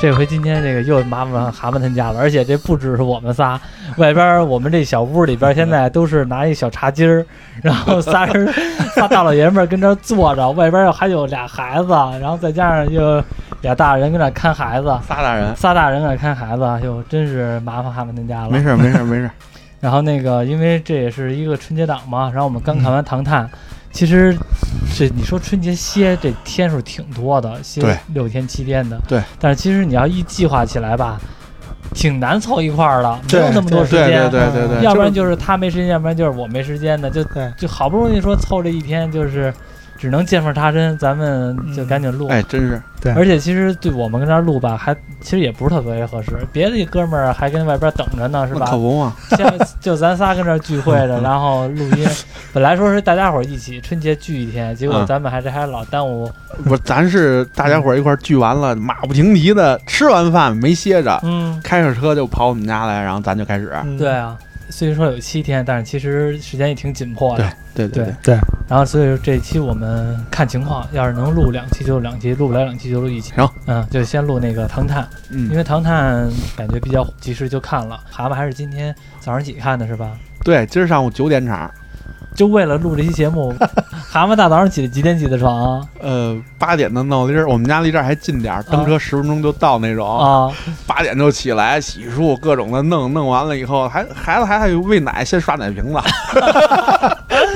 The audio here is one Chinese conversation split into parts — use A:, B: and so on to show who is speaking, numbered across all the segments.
A: 这回今天这个又麻烦蛤蟆他们家了，而且这不只是我们仨，外边儿我们这小屋里边儿现在都是拿一小茶几儿，然后仨人仨大老爷们儿跟这儿坐着，外边儿还有俩孩子，然后再加上又俩大人跟这儿看孩子，
B: 仨大人，
A: 仨大人搁这儿看孩子，哟，真是麻烦蛤蟆他们家了。
B: 没事儿没事儿没事儿，
A: 然后那个，因为这也是一个春节档嘛，然后我们刚
B: 嗯
A: 看完《唐探》其实这你说春节歇这天数挺多的，
B: 对
A: 歇六天七天的，
B: 对。
A: 但是其实你要一计划起来吧，挺难凑一块儿的，没有
C: 对
A: 那么多时
B: 对对
A: 间。
B: 对对对，
A: 要不然就是他没时间，要不然就是我没时间的，就
C: 对
A: 就好不容易说凑这一天，就是只能见缝插针，咱们就
C: 嗯
A: 赶紧录。
B: 哎，真是
C: 对
A: 而且其实对我们跟这儿录吧，还其实也不是特别合适，别的哥们儿还跟外边等着呢，是
B: 那
A: 吧？
B: 可不嘛，
A: 现在就咱仨跟这儿聚会 着，然后录音。本来说是大家伙儿一起春节聚一天，结果
B: 嗯
A: 咱们还是还老耽误。
B: 不是，咱是大家伙儿一块儿聚完了，马不停蹄的吃完饭没歇着，
A: 嗯，
B: 开着车就跑我们家来，然后咱就开始，
C: 嗯
A: 对啊，虽说有七天，但是其实时间也挺紧迫的。
B: 对对
A: 对然后所以说这期我们看情况，要是能录两期就录两期，录不了两期就录一期。
B: 行，
A: 嗯，就先录那个《唐探》，因
B: 嗯，
A: 为《唐探》感觉比较及时就看了。蛤蟆还是今天早上起看的是吧？
B: 对，今儿上午九点场，
A: 就为了录这期节目，蛤蟆大早上起的几点起的床啊？
B: 呃，八点的闹铃儿，我们家离这儿还近点儿，蹬车十分钟就到那种，
A: 啊
B: 八点就起来洗漱，各种的弄，弄完了以后，还孩子还还喂奶，先刷奶 瓶子，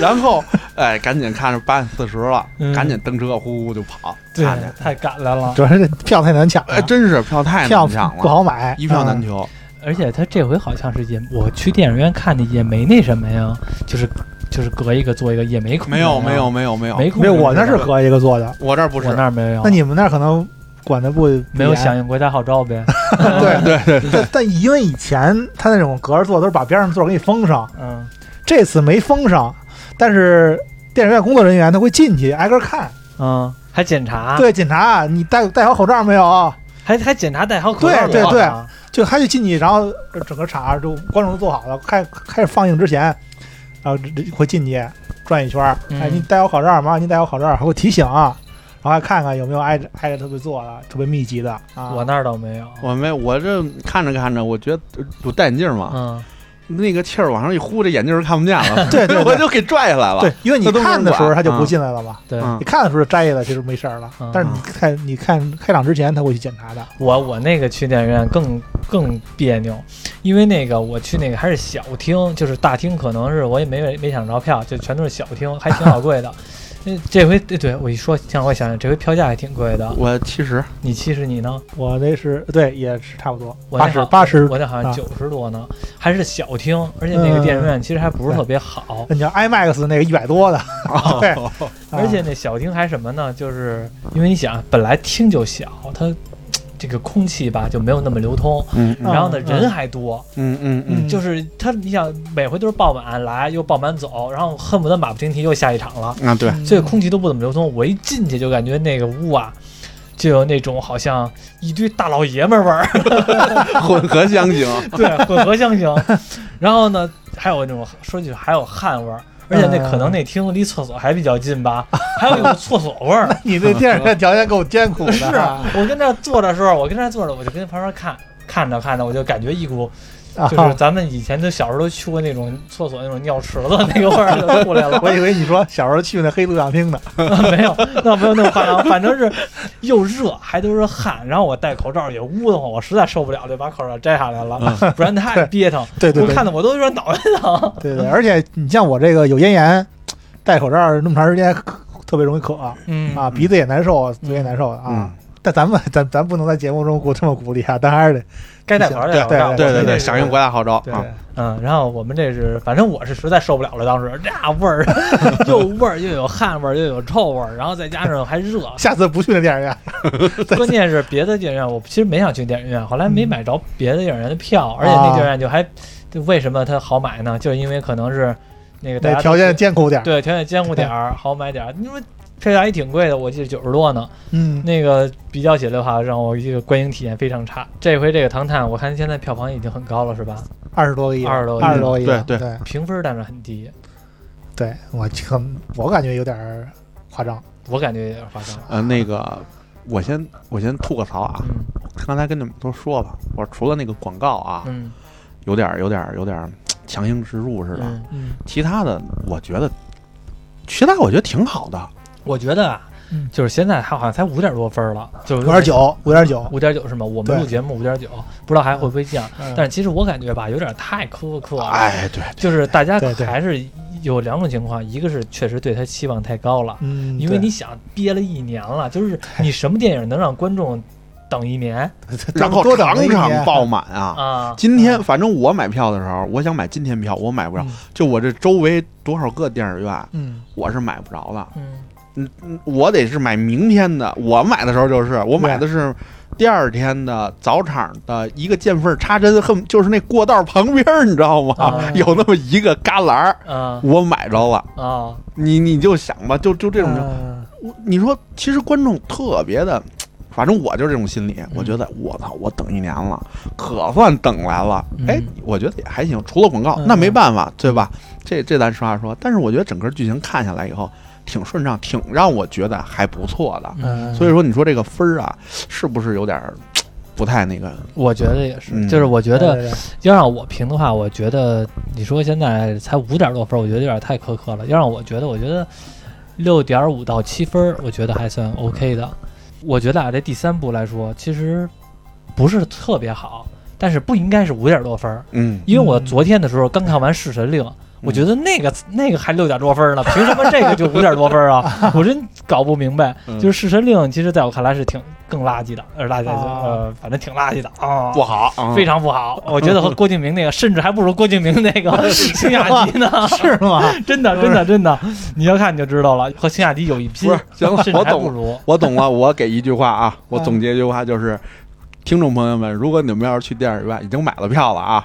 B: 然后哎，赶紧看着八点四十了，
A: 嗯
B: 赶紧蹬车呼呼就跑，
A: 对
B: 看去，，
A: 哎太赶来了。
C: 主要是这票太难抢了，
B: 哎，真是票太
C: 票
B: 难抢
C: 不
B: 了，
C: 好买，
B: 一票难
C: 嗯。
B: 求，
A: 而且他这回好像是也，我去电影院看的也没那什么呀，就是就是隔一个做一个，也没空
B: 没
A: 人啊。
B: 有没有没有没有，
A: 没空
C: 嗯没
A: 人
C: 有，
A: 啊。
C: 我那是合一个做的，
A: 嗯
B: 我这儿不
A: 我
B: 是
A: 那，儿没有。
C: 那你们那儿可能管的不
A: 没有
C: 严
A: 响应国家号召 呗？
C: 对
B: 对对，
C: 但但因为以前他那种隔着坐都是把边上座给你封上，
A: 嗯，
C: 这次没封上，但是电影院工作人员他会进去挨个看。
A: 嗯，还检查，，
C: 对，检查你戴戴好口罩没有？啊
A: 还还检查戴好口罩
C: 对对
A: 多好
C: 对
A: 啊
C: 就他就进去，然后整个场就观众都坐好了，开开始放映之前，然后这这会进去转一圈儿。
A: 嗯
C: 哎，你戴好口罩吗？你戴好口罩，还会提醒啊，然后还看看有没有挨着挨着特别坐的，特别密集的啊。
A: 我那儿倒没有。
B: 我没我这看着看着，我觉得我戴眼镜嘛，
A: 嗯，
B: 那个气儿往上一呼，这眼镜儿看不见了，
C: 对对对
B: 我就给拽下来了，
C: 对，因为你
B: 那都没人
C: 看的时候
B: 管
C: 他就不
B: 嗯
C: 进来了嘛。
A: 对
B: 嗯
C: 你看的时候摘下来，其实没事儿了
A: 嗯。
C: 但是你看，你看开场之前他会去检查的。
A: 我我那个去电影院更更别扭，因为那个我去那个还是小厅，就是大厅，可能是我也没没抢着票，就全都是小厅， 还挺好贵的。那这回对对我一说，像我想想，这回票价还挺贵的。
B: 我其 实
A: 你其实你呢？
C: 我那是对，也是差不多
A: 我
C: 八
A: 那
C: 十
A: 好
C: 八十。
A: 我那好像
C: 啊嗯
A: 九十多呢，还是小厅，而且那个电影院其实还不是特别好，
C: 那你要 IMAX 那个一百多的，
B: 哦
C: 对，啊
A: 而且那小厅还什么呢？就是因为你想，啊本来厅就小，它这个空气吧就没有那么流通，
B: 嗯嗯
A: 然后呢
C: 嗯
A: 人还多，
B: 嗯嗯嗯，
A: 就是它你想每回都是爆满来又爆满走，然后恨不得马不停蹄又下一场了，
C: 嗯
B: 啊对，
A: 所以空气都不怎么流通。我一进去就感觉那个屋啊。就有那种好像一堆大老爷们儿味儿，
B: 混合香型，
C: 啊
A: 对，混合香型。然后呢，还有那种说句还有汗味儿，而且那
C: 嗯
A: 可能那厅离厕所还比较近吧，还有一股厕所味儿。
C: 你这电影院条件够艰苦的，
A: 是啊我跟那儿坐的时候，我跟那儿坐着，我就跟旁边看。看着看着，我就感觉一股
C: 啊
A: 就是咱们以前就小时候都去过那种厕所那种尿池子那个味儿就出来了。
C: 我以为你说小时候去那黑录像厅呢，
A: 没有，那没有那么夸张，反正是又热还都是汗，然后我戴口罩也捂得慌，我实在受不了就把口罩摘下来了，不然太憋腾。
C: 啊对对啊
A: 我
C: 对
A: 看的我都有点脑袋疼。
C: 对对，而且你像我这个有咽炎，戴口罩那么长时间，咳特别容易渴啊，
A: 嗯
C: 鼻子也难受，嘴也难受的啊。
B: 嗯
C: 但咱们咱咱不能在节目中鼓这么鼓励啊，咱还是得
A: 该戴口罩戴口罩。
B: 嗯，对对对，
A: 我
B: 响应国家号召
C: 对，
B: 啊，
A: 嗯，然后我们这是，反正我是实在受不了了，当时那味儿， 又味儿又有汗味儿又有臭味儿，然后再加上还 热
C: 下次不去那电影院。
A: 关键是别的电影院我其实没想去电影院，后来
B: 嗯
A: 没买着别的电影院的票，而且
B: 啊
A: 那电影院就还，就为什么它好买呢？就是因为可能是那个大
C: 那
A: 家
C: 条件艰苦点儿，
A: 对条件兼顾点 儿，好买点儿，因为。票价也挺贵的，我记得九十多呢。
C: 嗯，
A: 那个比较起来的话，让我这个观影体验非常差。这回这个《唐探》，我看现在票房已经很高了，是吧？
C: 二十多个亿，
A: 20多个亿
C: 二十多个亿，啊
B: 对对
C: 对对
A: 评分但是很低，
C: 对，我可我感觉有点儿夸张，
A: 我感觉有点夸张。
B: 呃，那个我先我先吐个槽啊，
A: 嗯
B: 刚才跟你们都说了，我说除了那个广告啊，
A: 嗯
B: 有点儿有点儿有点儿强行植入似的，
A: 嗯，
C: 嗯，
B: 其他的我觉得，其他我觉得挺好的。
A: 我觉得啊
C: 嗯，
A: 就是现在他好像才五点多分了，就
C: 五
A: 是
C: 点九，五点九，
A: 五点九是吗？我们
C: 对
A: 录节目五点九，不知道还会不会降。
C: 嗯
A: 但是其实我感觉吧，有点太苛刻了。
B: 哎， 对，
A: 就是大家
C: 对对
A: 还是有两种情况，一个是确实对他期望太高了，
C: 嗯，
A: 因为
C: 对
A: 你想憋了一年了，就是你什么电影能让观众等一年
B: 然后
C: 多等了
B: 场
C: 一
B: 场
C: 年
B: 爆满啊！
A: 啊？
B: 今天反正我买票的时候，我想买今天票，我买不着。
C: 嗯
B: 就我这周围多少个电影院，
C: 嗯，
B: 我是买不着的。
A: 嗯
B: 嗯嗯，我得是买明天的。我买的时候就是我买的是第二天的早场的一个见缝儿插针，恨就是那过道旁边儿，你知道吗？
A: 啊
B: 有那么一个旮旯儿，
A: 啊
B: 我买着了。
A: 啊
B: 你你就想吧，就就这种情况。
C: 嗯
B: 我你说，其实观众特别的，反正我就是这种心
A: 嗯
B: 理，我觉得我操，我等一年了，可算等来了。
A: 嗯
B: 哎，我觉得也还行，除了广告，
C: 嗯
B: 那没办法，对吧？这这咱实话说，但是我觉得整个剧情看下来以后，挺顺畅，挺让我觉得还不错的。
A: 嗯！
B: 所以说，你说这个分儿啊，是不是有点儿嘖不太那个？
A: 我觉得也是，
B: 嗯
A: 就是我觉得
C: 对对对
A: 要让我评的话，我觉得你说现在才五点多分，我觉得有点太苛刻了。要让我觉得，我觉得六点五到七分，我觉得还算 OK 的。我觉得啊，这第三部来说，其实不是特别好，但是不应该是五点多分，
B: 嗯，
A: 因为我昨天的时候刚看完《弑神令》。我觉得那个那个还六点多分呢，凭什么这个就五点多分啊？我真搞不明白。
B: 嗯
A: 就是《弑神令》，其实在我看来是挺更垃圾的，呃，垃圾
C: 啊
A: 呃，反正挺垃圾的啊，
B: 不好，啊
A: 非常不好。我觉得和郭敬明那个，甚至还不如郭敬明那 个辛雅迪呢。
C: 是吗？
A: 真的，真的，真的，你要看你就知道了，和辛雅迪有一拼
B: 不是。行了
A: 甚至还
B: 我懂
A: 不如。
B: 我懂了，我给一句话啊，我
C: 啊
B: 总结一句话就是：听众朋友们，如果你们要是去电影院已经买了票了啊，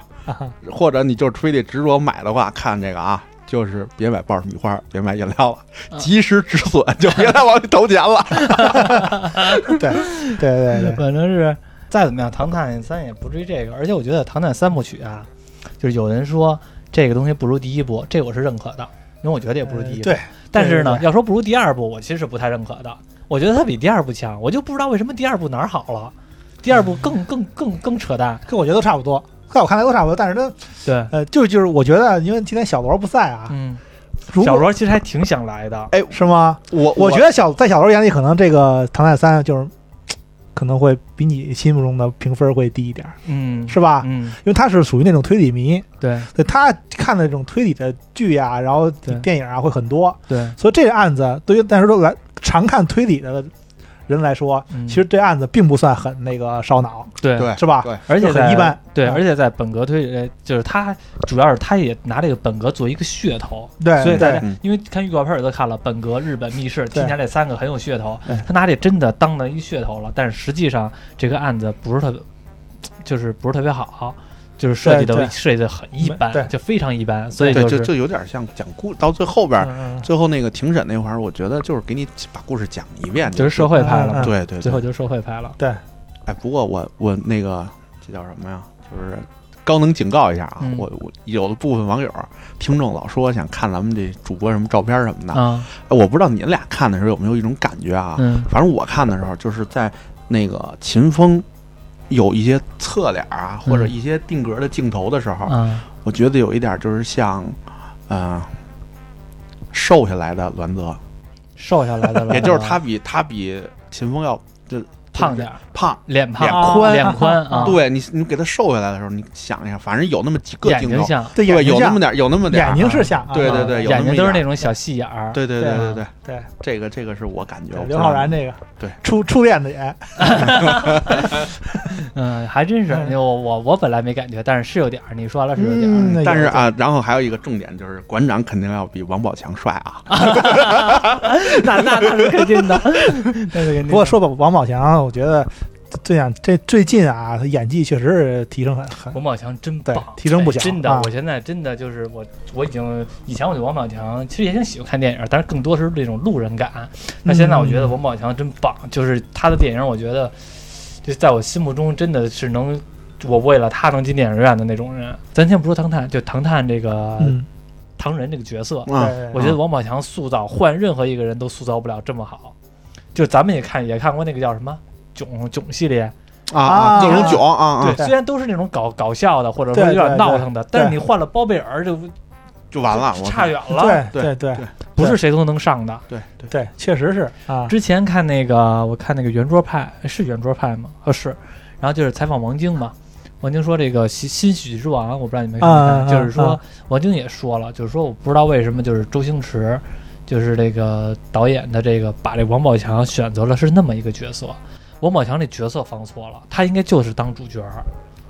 B: 或者你就非得执着买的话，看这个啊，就是别买爆米花，别买饮料了，
A: 啊
B: 及时止损，就别再往里投钱了。
C: 对对对对，
A: 反正是再怎么样，《唐探三》也不至于这个。而且我觉得《唐探三部曲》啊，就是有人说这个东西不如第一部，这我是认可的，因为我觉得也不如第一部。
C: 呃对，
A: 但是呢
C: 对，对
A: 要说不如第二部，我其实是不太认可的。我觉得它比第二部强，我就不知道为什么第二部哪儿好了，第二部更更更更扯淡。
C: 跟我觉得都差不多，在我看来都差不多。但是呢，
A: 对，
C: 呃，就就是我觉得，因为今天小罗不在啊，
A: 嗯，
C: 如
A: 小
C: 果哎
A: 罗其实还挺想来的。
C: 是吗？
B: 我
C: 我觉得小在小罗眼里，可能这个《唐探三》就是可能会比你心目中的评分会低一点儿，
A: 嗯，
C: 是吧？
A: 嗯，
C: 因为他是属于那种推理迷，
A: 对
C: 对他看的这种推理的剧啊，然后
A: 对
C: 电影啊会很多，
A: 对，
C: 所以这个案子对于但是都来常看推理的人来说，
A: 嗯
C: 其实这案子并不算很那个烧脑，
A: 对
B: 对
C: 是啊吧？
B: 对，
A: 而且
C: 就很
A: 在
C: 一般
A: 对，
C: 嗯
A: 而且在本格推理，就是他主要是他也拿这个本格做一个噱头，
C: 哎对
A: 所以大家
C: 对
B: 嗯
A: 因为看预告片儿也都看了，本格、日本、密室，
C: 对
A: 听
C: 哎
A: 起来这三个很有噱头
C: 对，
A: 他拿这真的当了一噱头了，但是实际上这个案子不是特别，就是不是特别好，就是设计
C: 对对
A: 的设计的很一
C: 对
A: 般，就非常一般，所以
B: 对，
A: 就
B: 就是就有点像讲故，到最后边儿。
C: 嗯嗯
B: 最后那个庭审那块儿，我觉得就是给你把故事讲一遍，
A: 就是社会派了
C: 嗯
A: 嘛
C: 嗯，
B: 对对，
A: 最后
B: 对。
A: 就是社会派了，
B: 哎，不过我我那个这叫什么呀？就是高能警告一下啊，
A: 嗯
B: 我我有的部分网友听众老说想看咱们这主播什么照片什么的，
A: 啊，
B: 哎我不知道你俩看的时候有没有一种感觉啊？
A: 嗯
B: 反正我看的时候就是在那个秦风。有一些侧脸啊，或者一些定格的镜头的时候，
A: 啊
B: 我觉得有一点就是像，呃，瘦下来的栾泽，
A: 瘦下来的了，
B: 也就是他比他比秦风要就
A: 胖点儿，
B: 胖，
A: 脸胖
B: 脸
C: 宽
A: 脸宽 啊，
B: 对你，你给他瘦下来的时候，你想一下，反正有那么几个
A: 眼
B: 镜
A: 睛
B: 头，
A: 像。
C: 对
B: 对，
C: 眼睛
B: 有那么
C: 像
B: 点儿，有那么点儿，
C: 眼睛是像啊，
B: 对
A: 啊
B: 对对有那
A: 眼
B: 么
A: 睛
B: 一
A: 都是那
B: 点
A: 种小细眼儿。
B: 对对
C: 对
B: 对
A: 啊
B: 对对，
C: 对
B: 这个这个是我感觉，
C: 对，
B: 我
C: 刘
B: 不
C: 昊
B: 知道
C: 然这个
B: 对
C: 初初恋的脸，
A: 嗯，还真是，
C: 嗯
A: 因为我我我本来没感觉，但是是有点儿。你说了是有点儿。
C: 嗯，
B: 但是
C: 有
B: 啊，然后还有一个重点就是，馆长肯定要比王宝强帅啊！
A: 那那那是肯定的， 那是肯定的。
C: 不过说吧，王宝强，我觉得最想这最近啊，他演技确实是提升很很。
A: 王宝强真
C: 对
A: 棒，
C: 提升不小
A: 哎真的
C: 啊，
A: 我现在真的就是我，我已经以前我对王宝强其实也挺喜欢看电影，但是更多是这种路人感。那现在我觉得王宝强真棒，就是他的电影，我觉得就在我心目中真的是能，我为了他能进电影院的那种人。嗯咱先不说唐探，就唐探这个
C: 嗯，
A: 唐人这个角色，
C: 对
B: 啊，
A: 我觉得王宝强塑造换任何一个人都塑造不了这么好，就咱们也看也看过那个叫什么囧囧系列，
B: 啊
C: 啊
B: 各种囧啊啊，
A: 对，虽然都是那种搞搞笑的或者说有
C: 对
A: 点
C: 对
A: 闹腾的，但是
C: 对
A: 你换了包贝尔就
B: 就完了，我
A: 差远了，
C: 对
B: 对
C: 对对
B: 对
A: 不是谁都能上的。
B: 对对，
C: 对，确实是啊，
A: 之前看那个，我看那个圆桌派是圆桌派吗？呃是，然后就是采访王晶嘛，王晶说这个新新喜剧之王，我不知道你们看没看，
C: 啊啊
A: 就是说
C: 啊
A: 王晶也说了，就是说我不知道为什么就是周星驰。就是这个导演的这个把这王宝强选择了是那么一个角色，王宝强这角色放错了，他应该就是当主角儿。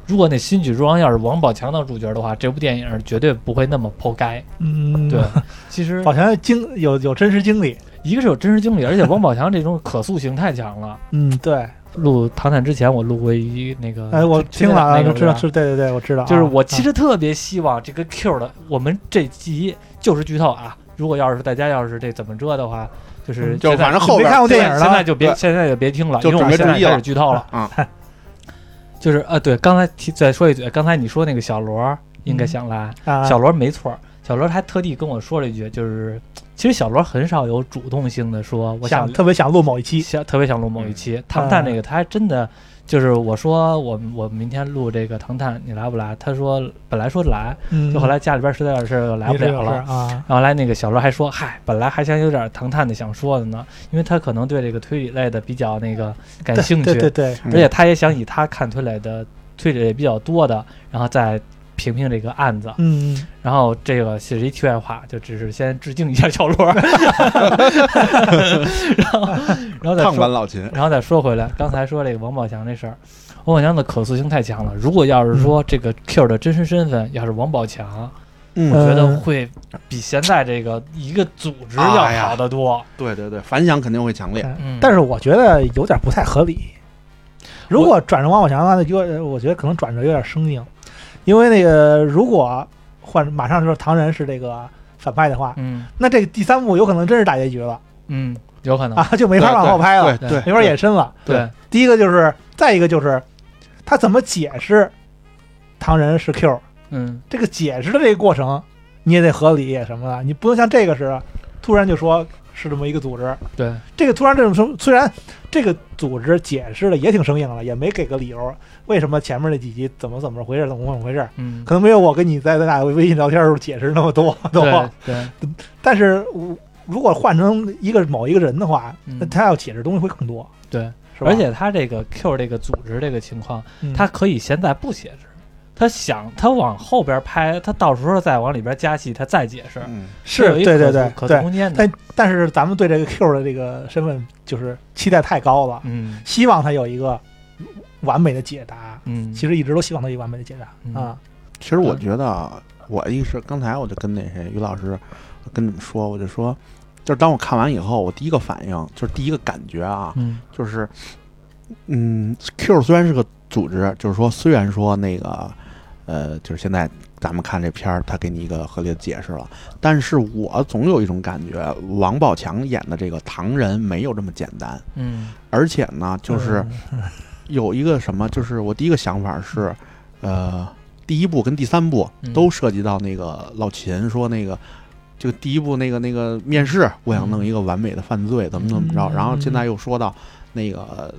A: 如果那新剧之王要是王宝强当主角的话，这部电影绝对不会那么剖开。
C: 嗯，
A: 对，其实
C: 好像经有有真实经历，
A: 一个是有真实经历，而且王宝强这种可塑性太强了。
C: 嗯，对，
A: 录《唐探》之前，我录过一那个，
C: 哎，我听了
A: 嗯那
C: 啊，
A: 个
C: 就知道
A: 对吧
C: 是，对对对，我知道啊，
A: 就是我其
C: 啊
A: 实特别希望这个 Q 的，我们这集就是剧透啊。如果要是大家要是这怎么着的话，就是
B: 嗯就
A: 现在
B: 反正后
C: 啊没
B: 边
C: 看过
A: 现
C: 电
A: 在
C: 影
A: 现在
C: 了，
A: 就别
B: 对
A: 现在就别听了，
B: 就
A: 因为我们现
B: 准
A: 在
B: 备注意
A: 开
B: 了
A: 始剧透了
B: 啊。
A: 就是呃，对，刚才提再说一嘴，刚才你说那个小罗儿应该想来，
C: 啊，
A: 小罗儿没错儿，小罗儿还特地跟我说了一句，就是其实小罗儿很少有主动性的说我想
C: 想特别想录某一期，
A: 想特别想录
C: 嗯
A: 某一期《唐探》那个，他还真的就是我说我我明天录这个《唐探》，你来不来？他说本来说来，
C: 嗯，
A: 就后来家里边实在有事儿来
C: 也
A: 不
C: 是有
A: 了
C: 事儿
A: 了。
C: 啊，
A: 然后来那个小罗还说，嗨，本来还想有点《唐探》的想说的呢，因为他可能对这个推理类的比较那个感
C: 对
A: 兴趣，
C: 对对对，
A: 而且他也想以他看推理的推理也比较多的，然后再评评这个案子。
C: 嗯，嗯
A: 然后这个是一题外话，就只是先致敬一下小罗，然后 然后再
B: 烫
A: 说
B: 完老秦，
A: 然后再说回来，刚才说这个王宝强这事儿，王宝强的可塑性太强了。如果要是
C: 嗯
A: 说这个 Q 的真实身份要是王宝强，我
B: 嗯，
A: 觉得会比现在这个一个组织要
C: 哎嗯
A: 好得多。
B: 对对对，反响肯定会强烈，
A: 嗯，
C: 但
A: 是
C: 是我觉得有点不太合理。如果转成王宝强的话，那有点我觉得可能转折有点生硬，因为那个如果换马上就是唐人是这个反派的话，
A: 嗯
C: 那这个第三部有可能真是大结局了
A: 嗯，有可能、
C: 啊，就没法往后拍了，
B: 对对，
C: 没法延伸了。
A: 对，
C: 第一个就是，再一个就是，他怎么解释唐人是 Q
A: 嗯
C: 这个解释的这个过程，你也得合理什么的，你不能像这个似的，突然就说是这么一个组织，
A: 对，
C: 这个突然这种说，虽然这个组织解释的也挺生硬了，也没给个理由，为什么前面那几集怎么怎么回事，怎么怎么回事？
A: 嗯，
C: 可能没有我跟你在咱俩微信聊天的时候解释那么多，懂
A: 对
C: 吗？
A: 对，
C: 但是我如果换成一个某一个人的话，
A: 嗯
C: 那他要解释东西会更多，
A: 对，
C: 是吧？
A: 而且他这个 Q 这个组织这个情况，
C: 嗯
A: 他可以现在不解释。他想，他往后边拍，他到时候再往里边加戏，他再解释，
B: 嗯，
A: 这
C: 是
A: 有一
C: 对
A: 可
C: 对
A: 塑
C: 对
A: 可塑
C: 对，哎
A: 空间的。
C: 但但是咱们对这个 Q 的这个身份就是期待太高了，
A: 嗯
C: 希望他有一个完美的解答。
A: 嗯，
C: 其实一直都希望他有一个完美的解答
A: 嗯
C: 啊，
B: 其实我觉得啊，我一是刚才我就跟那谁于老师跟你们说，我就说，就是当我看完以后，我第一个反应就是第一个感觉啊，
A: 嗯
B: 就是，嗯，Q 虽然是个组织，就是说虽然说那个，呃，就是现在咱们看这片儿，他给你一个合理的解释了，但是我总有一种感觉，王宝强演的这个唐人没有这么简单，
A: 嗯
B: 而且呢，就是
C: 嗯
B: 有一个什么，就是我第一个想法是，呃，第一部跟第三部
A: 嗯
B: 都涉及到那个老秦说那个，就第一部那个那个面试，我想弄一个完美的犯罪，怎么怎么着，
C: 嗯
B: 然后现在又说到那个呃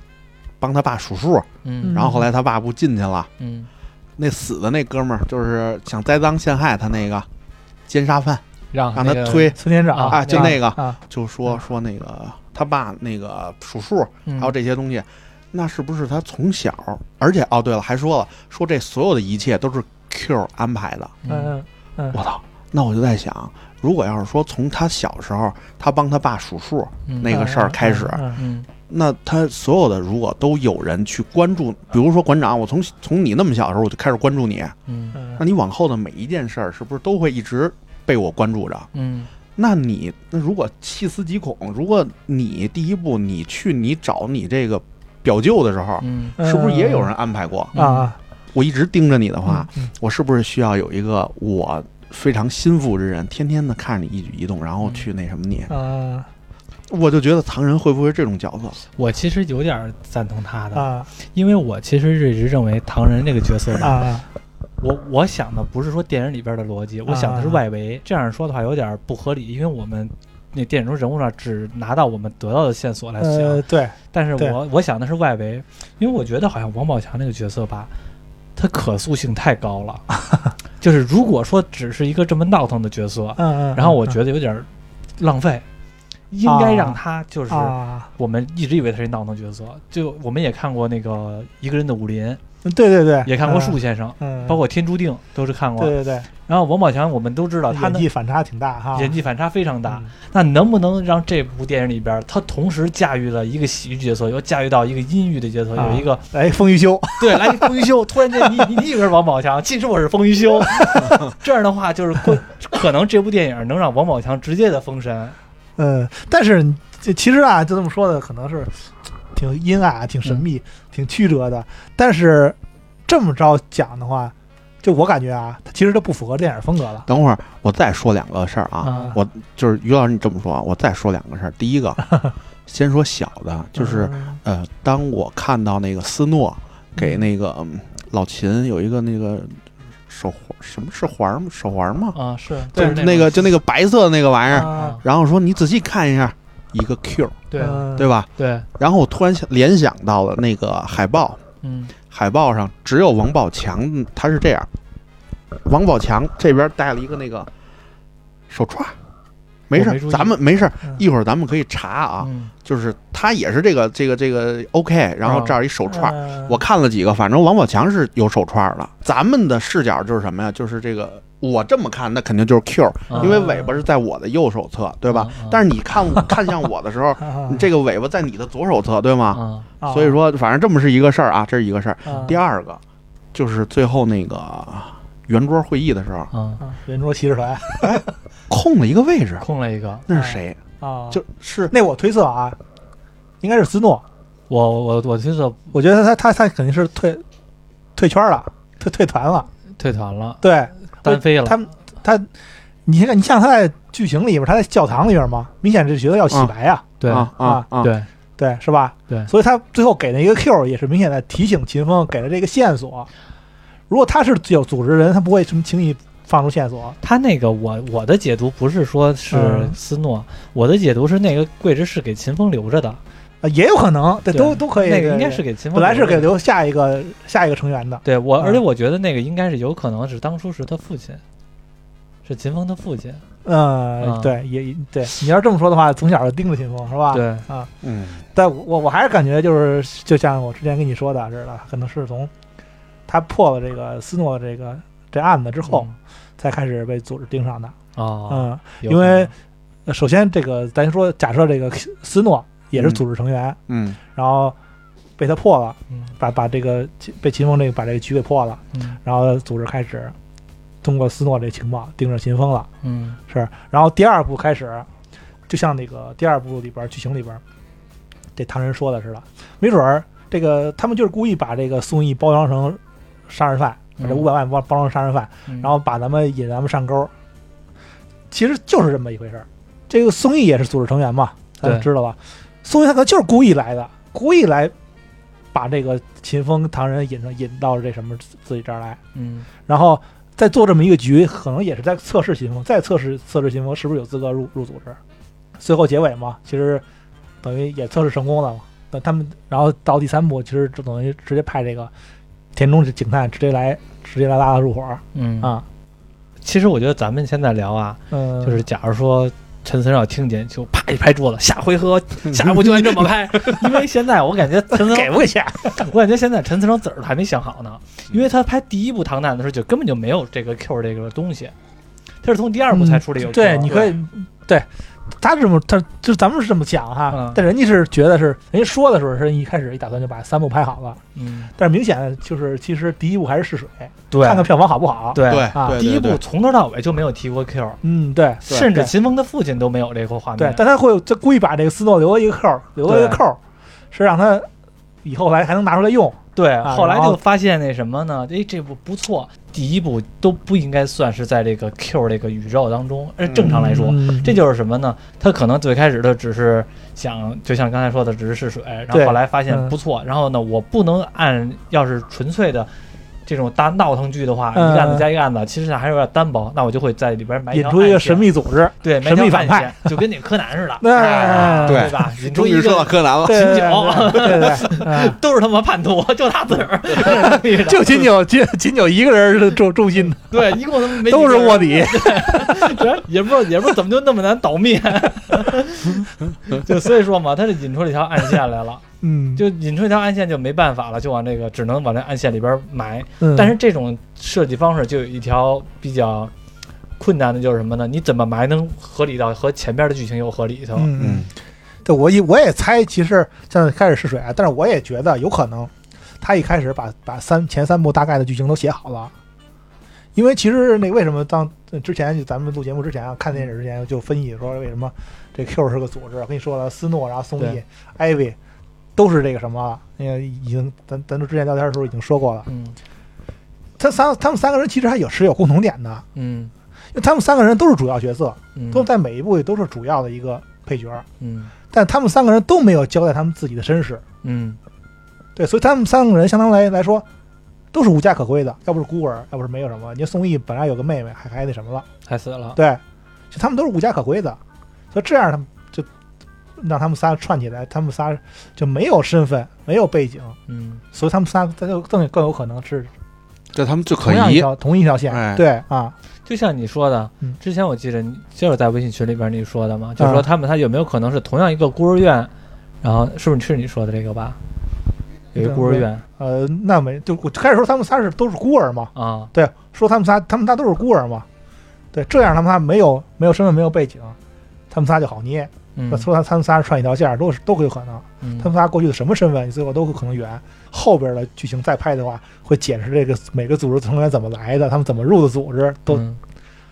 B: 帮他爸数数，
A: 嗯
B: 然后后来他爸不进去了，
A: 嗯
B: 那死的那哥们儿就是想栽赃陷害他那个奸杀犯，
A: 让
B: 让
A: 啊那
B: 他
A: 个
B: 推，
C: 孙店长
A: 啊
B: 哎，就那个
C: 啊，
B: 就说
C: 嗯
B: 说那个他爸那个数数，
A: 嗯
B: 还有这些东西，那是不是他从小？而且哦，对了，还说了，说这所有的一切都是 Q 安排的。
A: 嗯
C: 嗯嗯
B: 我操！那我就在想，如果要是说从他小时候他帮他爸数数
A: 嗯
B: 那个事儿开始，
C: 嗯
A: 嗯
B: 那他所有的如果都有人去关注，比如说馆长，我从从你那么小的时候我就开始关注你，
A: 嗯
C: 嗯
B: 那你往后的每一件事儿是不是都会一直被我关注着？
A: 嗯
B: 那你那如果细思极恐，如果你第一步你去你找你这个表舅的时候，
A: 嗯
C: 嗯
B: 是不是也有人安排过？
A: 嗯
C: 啊
B: 我一直盯着你的
C: 啊
B: 话，，
C: 嗯
B: 我是不是需要有一个我非常心腹之人，天天的看着你一举一动，然后去那什么你？
C: 嗯啊
B: 我就觉得唐人会不会这种角色？
A: 我其实有点赞同他的，
C: 啊
A: 因为我其实一直认为唐人这个角色
C: 啊，啊
A: 我我想的不是说电影里边的逻辑，我想的是外围。这样说的话有点不合理，因为我们那电影中人物上只拿到我们得到的线索来想，
C: 呃，对，
A: 但是
C: 对
A: 我我想的是外围，因为我觉得好像王宝强那个角色吧，他可塑性太高了，就是如果说只是一个这么闹腾的角色，
C: 嗯嗯。
A: 然后我
C: 嗯
A: 觉得有点浪费，应该让他就是
C: 啊，
A: 我们一直以为他是闹腾角色，就我们也看过那个《一个人的武林》，
C: 对对对，
A: 也看过
C: 嗯
A: 树，先生，
C: 嗯，
A: 包括《天注定》都是看过。
C: 对对对，
A: 然后王宝强我们都知道他
C: 演
A: 的
C: 技反差挺大哈，
A: 演技反差非常大，
C: 嗯
A: 那能不能让这部电影里边，他同时驾驭了一个喜剧角色，又驾驭到一个阴郁的角色，
C: 啊
A: 有一个
C: 哎，丰裕修，
A: 对来一丰裕修，突然间你你你以为是王宝强，其实我是丰裕 修，这样的话就是会可能这部电影能让王宝强直接的封神，
C: 嗯，但是这其实啊，就这么说的，可能是挺阴暗、啊挺神秘、
A: 嗯
C: 挺曲折的。但是这么着讲的话，就我感觉啊，它其实它不符合电影风格了。
B: 等会儿我再说两个事儿啊，
A: 啊
B: 我就是于老师你这么说啊，我再说两个事儿。第一 个，先说小的，就是
C: 嗯
B: 呃，当我看到那个斯诺给那个、嗯老秦有一个那个手环，什么是环吗？手环吗？
A: 啊是
B: 就
A: 就是是
B: 哦那个嗯就那个白色的那个玩意儿，
C: 啊
B: 然后说你仔细看一下，一个 Q，
A: 对
C: 嗯
B: 对吧？
A: 对
B: 然后我突然想联想到了那个海报，
A: 嗯
B: 海报上只有王宝强，嗯他是这样，王宝强这边戴了一个那个手串儿，没事
A: 我没注
B: 儿，
A: 意
B: 咱们没事儿
C: 嗯，
B: 一会儿咱们可以查啊，
A: 嗯
B: 就是他也是这个这个这个 OK，然后
A: 啊
B: 这儿一手串儿。
C: 嗯
B: 我看了几个，反正王宝强是有手串儿的。咱们的视角就是什么呀？就是这个，我这么看，那肯定就是 Q，
A: 啊
B: 因为尾巴是在我的右手侧，对吧？
A: 啊啊
B: 但是你看我看向我的时 候，
C: 啊
A: 嗯
B: 你这个尾巴在你的左手侧，对吗？
A: 啊
C: 啊
B: 所以说，反正这么是一个事儿啊，这是一个事儿。
C: 啊
B: 第二个就是最后那个圆桌会议的时候
A: 啊
C: 啊圆桌骑士团
B: 空了一个位置，
A: 空了一个，
B: 那是谁？
C: 啊，
B: 就是
C: 那我推测啊，应该是斯诺，
A: 我我我推测
C: 我觉得他他他肯定是退退圈了，退退团了，
A: 退团了，
C: 对。
A: 单飞了，
C: 他们他，你看，你像他在剧情里边，他在教堂里边嘛，明显是觉得要洗白呀、
A: 对
B: 啊啊啊！
A: 对
C: 对，是吧？
A: 对
C: 所以他最后给了一个 Q，也是明显在提醒秦风给了这个线索。如果他是有组织的人，他不会什么轻易放出线索。
A: 他那个我我的解读不是说是
C: 嗯
A: 斯诺，我的解读是那个桂枝是给秦风留着的，
C: 啊，也有可能，对，
A: 对
C: 都都可以。
A: 那个应
C: 对
A: 该
C: 对
A: 是给秦风
C: 本
A: 留着
C: 来
A: 的，
C: 是给留下一个下一个成员的。
A: 对我，
C: 嗯
A: 而且我觉得那个应该是有可能是当初是他父亲，是秦风的父亲，
C: 嗯，
A: 嗯
C: 对，也也对。你要这么说的话，从小就盯着秦风是吧？。
A: 对，
B: 嗯，
C: 但我我我还是感觉就是，就像我之前跟你说的似的，可能是从他破了这个斯诺这个这案子之
A: 嗯
C: 后，才开始被组织盯上的。
A: 哦，
C: 哦嗯，
A: 有
C: 因
A: 可
C: 为
A: 能
C: 呃首先这个咱说，假设这个斯诺也是
B: 嗯
C: 组织成员，
B: 嗯，
C: 然后被他破了，
A: 嗯
C: 把把这个秦被秦风这个把这个局给破了，
A: 嗯
C: 然后组织开始通过斯诺这情报盯着秦风了。
A: 嗯
C: 是，然后第二部开始，就像那个第二部里边儿剧情里边儿，这唐人说的似的，没准儿这个他们就是故意把这个宋轶包装成杀人犯，把这
A: 嗯
C: 五百万包包装成杀人犯，
A: 嗯
C: 然后把咱们引咱们上钩儿，其实就是这么一回事儿。这个宋轶也是组织成员嘛，咱们
A: 对
C: 知道吧？宋轶他可能就是故意来的，故意来把这个秦风唐人引上引到这什么自自己这儿来。
A: 嗯
C: 然后再做这么一个局，可能也是在测试秦风，再测试测试秦风是不是有资格入入组织。最后结尾嘛，其实等于也测试成功了嘛。等他们，然后到第三步，其实就等于直接派这个田中警探直接来，直接来拉他入伙儿
A: 嗯
C: 啊。
A: 其实我觉得咱们现在聊啊，
C: 嗯，
A: 就是假如说。陈森要听见就啪一拍桌子，下回 合下一步就按这么拍，因为现在我感觉陈森
C: 给不给钱？
A: 我感觉现在陈思诚籽儿还没想好呢，
C: 嗯
A: 因为他拍第一部《唐探》的时候就根本就没有这个 Q 这个东西，他是从第二部才出来有 Q
C: 嗯
A: 的、
C: 对，你可以对。他这么，他就咱们是这么讲哈，
A: 嗯
C: 但人家是觉得是，人家说的时候是一开始一打算就把三部拍好了，
A: 嗯，
C: 但是明显就是其实第一部还是试水，
A: 对，
C: 看看票房好不好。
A: 对
B: 对
C: 啊
B: 对，
A: 第一
B: 对
A: 部从头到尾就没有提过 Q，
C: 嗯，对
B: 对
A: 甚至
C: 对
A: 秦风的父亲都没有这个画
C: 对
A: 面，，
C: 但他会他故意把这个斯诺留了一个扣儿，留了一个扣儿，是让他以后来还能拿出来用。
A: 对
C: 啊
A: 后来
C: 然
A: 就
C: 后
A: 发现那什么呢？哎，这部不错，第一部都不应该算是在这个 Q 这个宇宙当中，而正常来说，
C: 嗯
A: 这就是什么呢？他可能最开始的只是想，就像刚才说的，只是试水，然后
C: 对
A: 后来发现
C: 嗯
A: 不错，然后呢，我不能按要是纯粹的这种大闹腾剧的话，
C: 嗯
A: 一案子加一案子，其实还是有点单薄。那我就会在里边埋
C: 引
A: 条
C: 出一
A: 暗
C: 个
A: 线
C: 神秘组织，
A: 对，埋
C: 神
A: 条
C: 秘反
A: 暗
C: 派
A: 线，就跟那柯南 似的，
C: 哎
A: 哎
B: 对
A: 对吧？引出
B: 终
A: 一
B: 于说到
A: 个
B: 柯南了，
C: 对
A: 秦
C: 对
A: 九
C: 对对对，嗯
A: 都是他妈叛徒， 就他自个儿，
C: 就秦九秦秦九一个人是重重 心的，
A: 对，一共他妈没
C: 都是卧
A: 我，
C: 底。
A: 也不知道也不知道怎么就那么难倒灭， 就所以说嘛，他就引出了一条暗线来了，
C: 嗯，
A: 就引出一条暗线就没办法了，就往那个只能往那暗线里边埋。
C: 嗯
A: 但是这种设计方式就有一条比较困难的，就是什么呢？你怎么埋能合理到和前边的剧情有合理性？
C: 嗯嗯
B: 嗯，
C: 对我也我也猜，其实像开始试水啊，但是我也觉得有可能，他一开始把把三前三部大概的剧情都写好了，因为其实那为什么当呃之前就咱们录节目之前啊，看电影之前就分析说为什么这 Q 是个组织，跟你说了，斯诺，然后松
A: 对
C: 叶、艾薇都是这个什么了，那个已经咱咱都之前聊天的时候已经说过了，
A: 嗯
C: 他三他们三个人其实还有是有共同点的，
A: 嗯
C: 因为他们三个人都是主要角色，
A: 嗯，
C: 都在每一部里都是主要的一个配角，
A: 嗯
C: 但他们三个人都没有交代他们自己的身世。
A: 嗯
C: 对，所以他们三个人相当来来说都是无家可归的，要不是孤儿，要不是没有什么。你看宋轶本来有个妹妹，还还那什么了，
A: 还死了。
C: 对，就他们都是无家可归的，所以这样他们就让他们仨串起来，他们仨就没有身份，没有背景，
A: 嗯
C: 所以他们仨他就更更有可能是
B: 这他们最可
C: 同样一
B: 疑，
C: 条同一条线，
B: 哎
C: 对啊，，
A: 就像你说的
C: 嗯，
A: 之前我记得你就是在微信群里边你说的嘛，就是
C: 啊
A: 说他们他有没有可能是同样一个孤儿院，然后是不是是你说的这个吧？有一
C: 对
A: 孤儿院
C: 呃，那没就我开始说他们仨是都是孤儿嘛，
A: 啊，
C: 对，说他们仨他们仨都是孤儿嘛，对，这样他们仨没有没有身份没有背景，他们仨就好捏，
A: 嗯
C: 那，说他他们仨是串一条线儿，都是都会有可能。
A: 嗯
C: 他们仨过去的什么身份，最后都会可能圆。后边的剧情再拍的话，会解释这个每个组织成员怎么来的，他们怎么入的组织，都
A: 嗯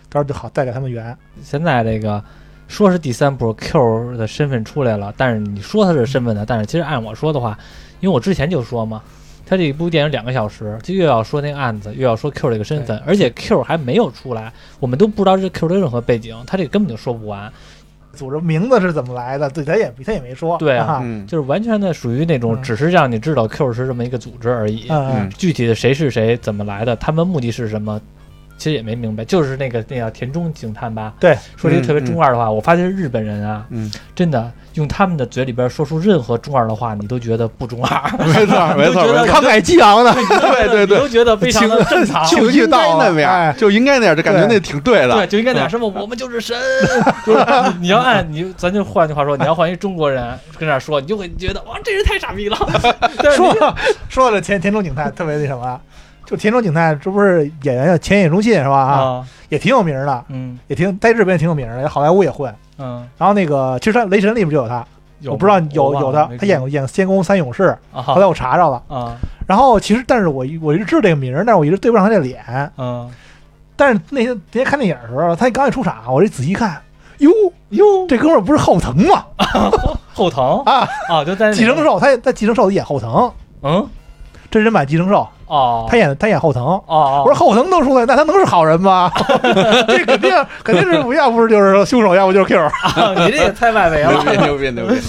C: 到时候就好再给他们圆。
A: 现在这个说是第三波 Q 的身份出来了，但是你说他是身
C: 嗯
A: 份的，但是其实按我说的话，因为我之前就说嘛，他这一部电影两个小时，就又要说那个案子，又要说 Q 这个身份，而且 Q 还没有出来，我们都不知道这 Q 的任何背景，他这个根本就说不完，
C: 组织名字是怎么来的，对他也他也没说。
A: 对啊
C: 啊，
B: 嗯，
A: 就是完全的属于那种
C: 嗯
A: 只是让你知道 Q 是这么一个组织而已，
C: 嗯
B: 嗯，
A: 具体的谁是谁，怎么来的，他们目的是什么。其实也没明白，就是那个那叫田中警探吧，
C: 对，
A: 说这个特别
B: 嗯嗯
A: 中二的话，我发现日本人啊，
B: 嗯，
A: 真的用他们的嘴里边说出任何中二的话，你都觉得不中二，
B: 没错，没错，
A: 就觉得
B: 没错，
C: 慷慨激昂的，
B: 对对
A: 你
B: 对，
A: 都觉得非常的正常。
B: 就哎
C: 就
B: 应
C: 应该
B: 该那
C: 那样
B: 样，就应该那样，就感觉那挺对的，
A: 对，就应该点什么，我们就是神。就是你你要按你，咱就换句话说，你要换一中国人跟那说，你就会觉得哇，这人太傻逼了。但是你
C: 说到说了田田中警探特别那什么，就田中警探这不是演员叫前野忠信是吧？啊，
A: 啊，
C: 也挺有名儿的，
A: 嗯
C: 也挺在日本也挺有名儿的，好莱坞也混。
A: 嗯，
C: 然后那个其实他雷神里面就有他，
A: 有
C: 我不知道有
A: 我
C: 有
A: 忘
C: 的
A: 了，没
C: 他演
A: 注
C: 过演《仙宫三勇士》，
A: 意啊
C: 后来我查着了。
A: 啊
C: 然后其实，但是我一我一直知道这个名儿，但是我一直对不上他这脸。
A: 嗯，
C: 但是那天那天看电影的时候，他刚一出场，我这仔细看，哟哟，这哥们儿不是后藤吗？
A: 后藤
C: 啊
A: 啊，就在那
C: 寄生
A: 个
C: 兽，他也在寄生兽里演后藤，
A: 嗯
C: 真人版寄生兽，
A: 哦，
C: 他演他演后藤。
A: 哦哦，
C: 我说后藤都出来，那他能是好人 吗？这肯定肯定是不要不是就是凶手，要不就是 Q。
A: 啊你这也太外围了
B: 牛。逼牛逼牛逼，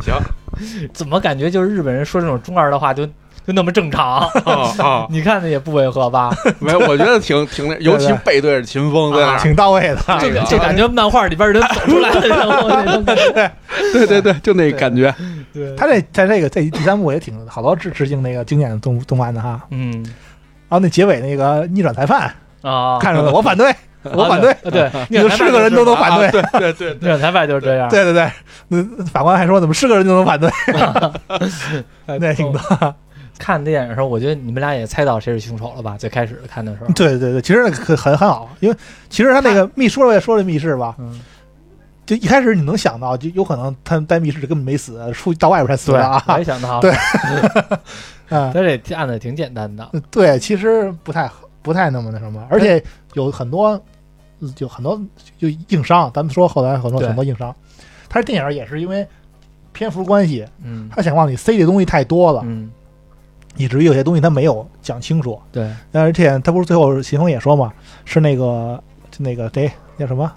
B: 行
A: 怎么感觉就是日本人说这种中二的话就就那么正 常？
B: 啊啊，
A: 你看的也不违和吧？
B: 没，我觉得挺挺那，尤其
C: 对对啊
B: 背对着秦风在那儿，哎
C: 挺到位的，
A: 这
B: 这
A: 个
B: 个
A: 这感觉漫画里边人走出来的人物那种感
B: 对对对，就那感觉，
A: 觉。
C: 他这在这个这第三部也挺好多致致敬那个经典的动动漫的哈。
A: 嗯
C: 然后那结尾那个逆转裁判，
A: 啊，
C: 看着了，我反 对，我反对
A: 啊， 对，对
C: 你们是个人都能反对
B: 啊，对对对对，
A: 虐裁判就是这样，
C: 对对对，那法官还说怎么是个人就 能反对，
A: 哎
C: 那也挺逗。
A: 看电影的时候，我觉得你们俩也猜到谁是凶手了吧？最开始看的时候，
C: 对啊对对，其实那个很很好，因为其实他那个密说了也说了密室吧，
A: 嗯，
C: 就一开始你能想到，就有可能他们在密室里根本没死，出到外边才死
A: 对，
C: 的啊。
A: 没想到，
C: 对
A: 嗯，
C: 啊，
A: 但这案子挺简单的，
C: 对，其实不太不太那么那什么，而且有很多有很多就硬伤，咱们说后来很多
A: 对
C: 很多硬伤，他这电影也是因为篇幅关系，
A: 嗯
C: 他想往里塞的东西太多了，
A: 嗯，
C: 以至于有些东西他没有讲清楚。
A: 对，
C: 而且他不是最后秦风也说嘛，是那个就那个谁叫什么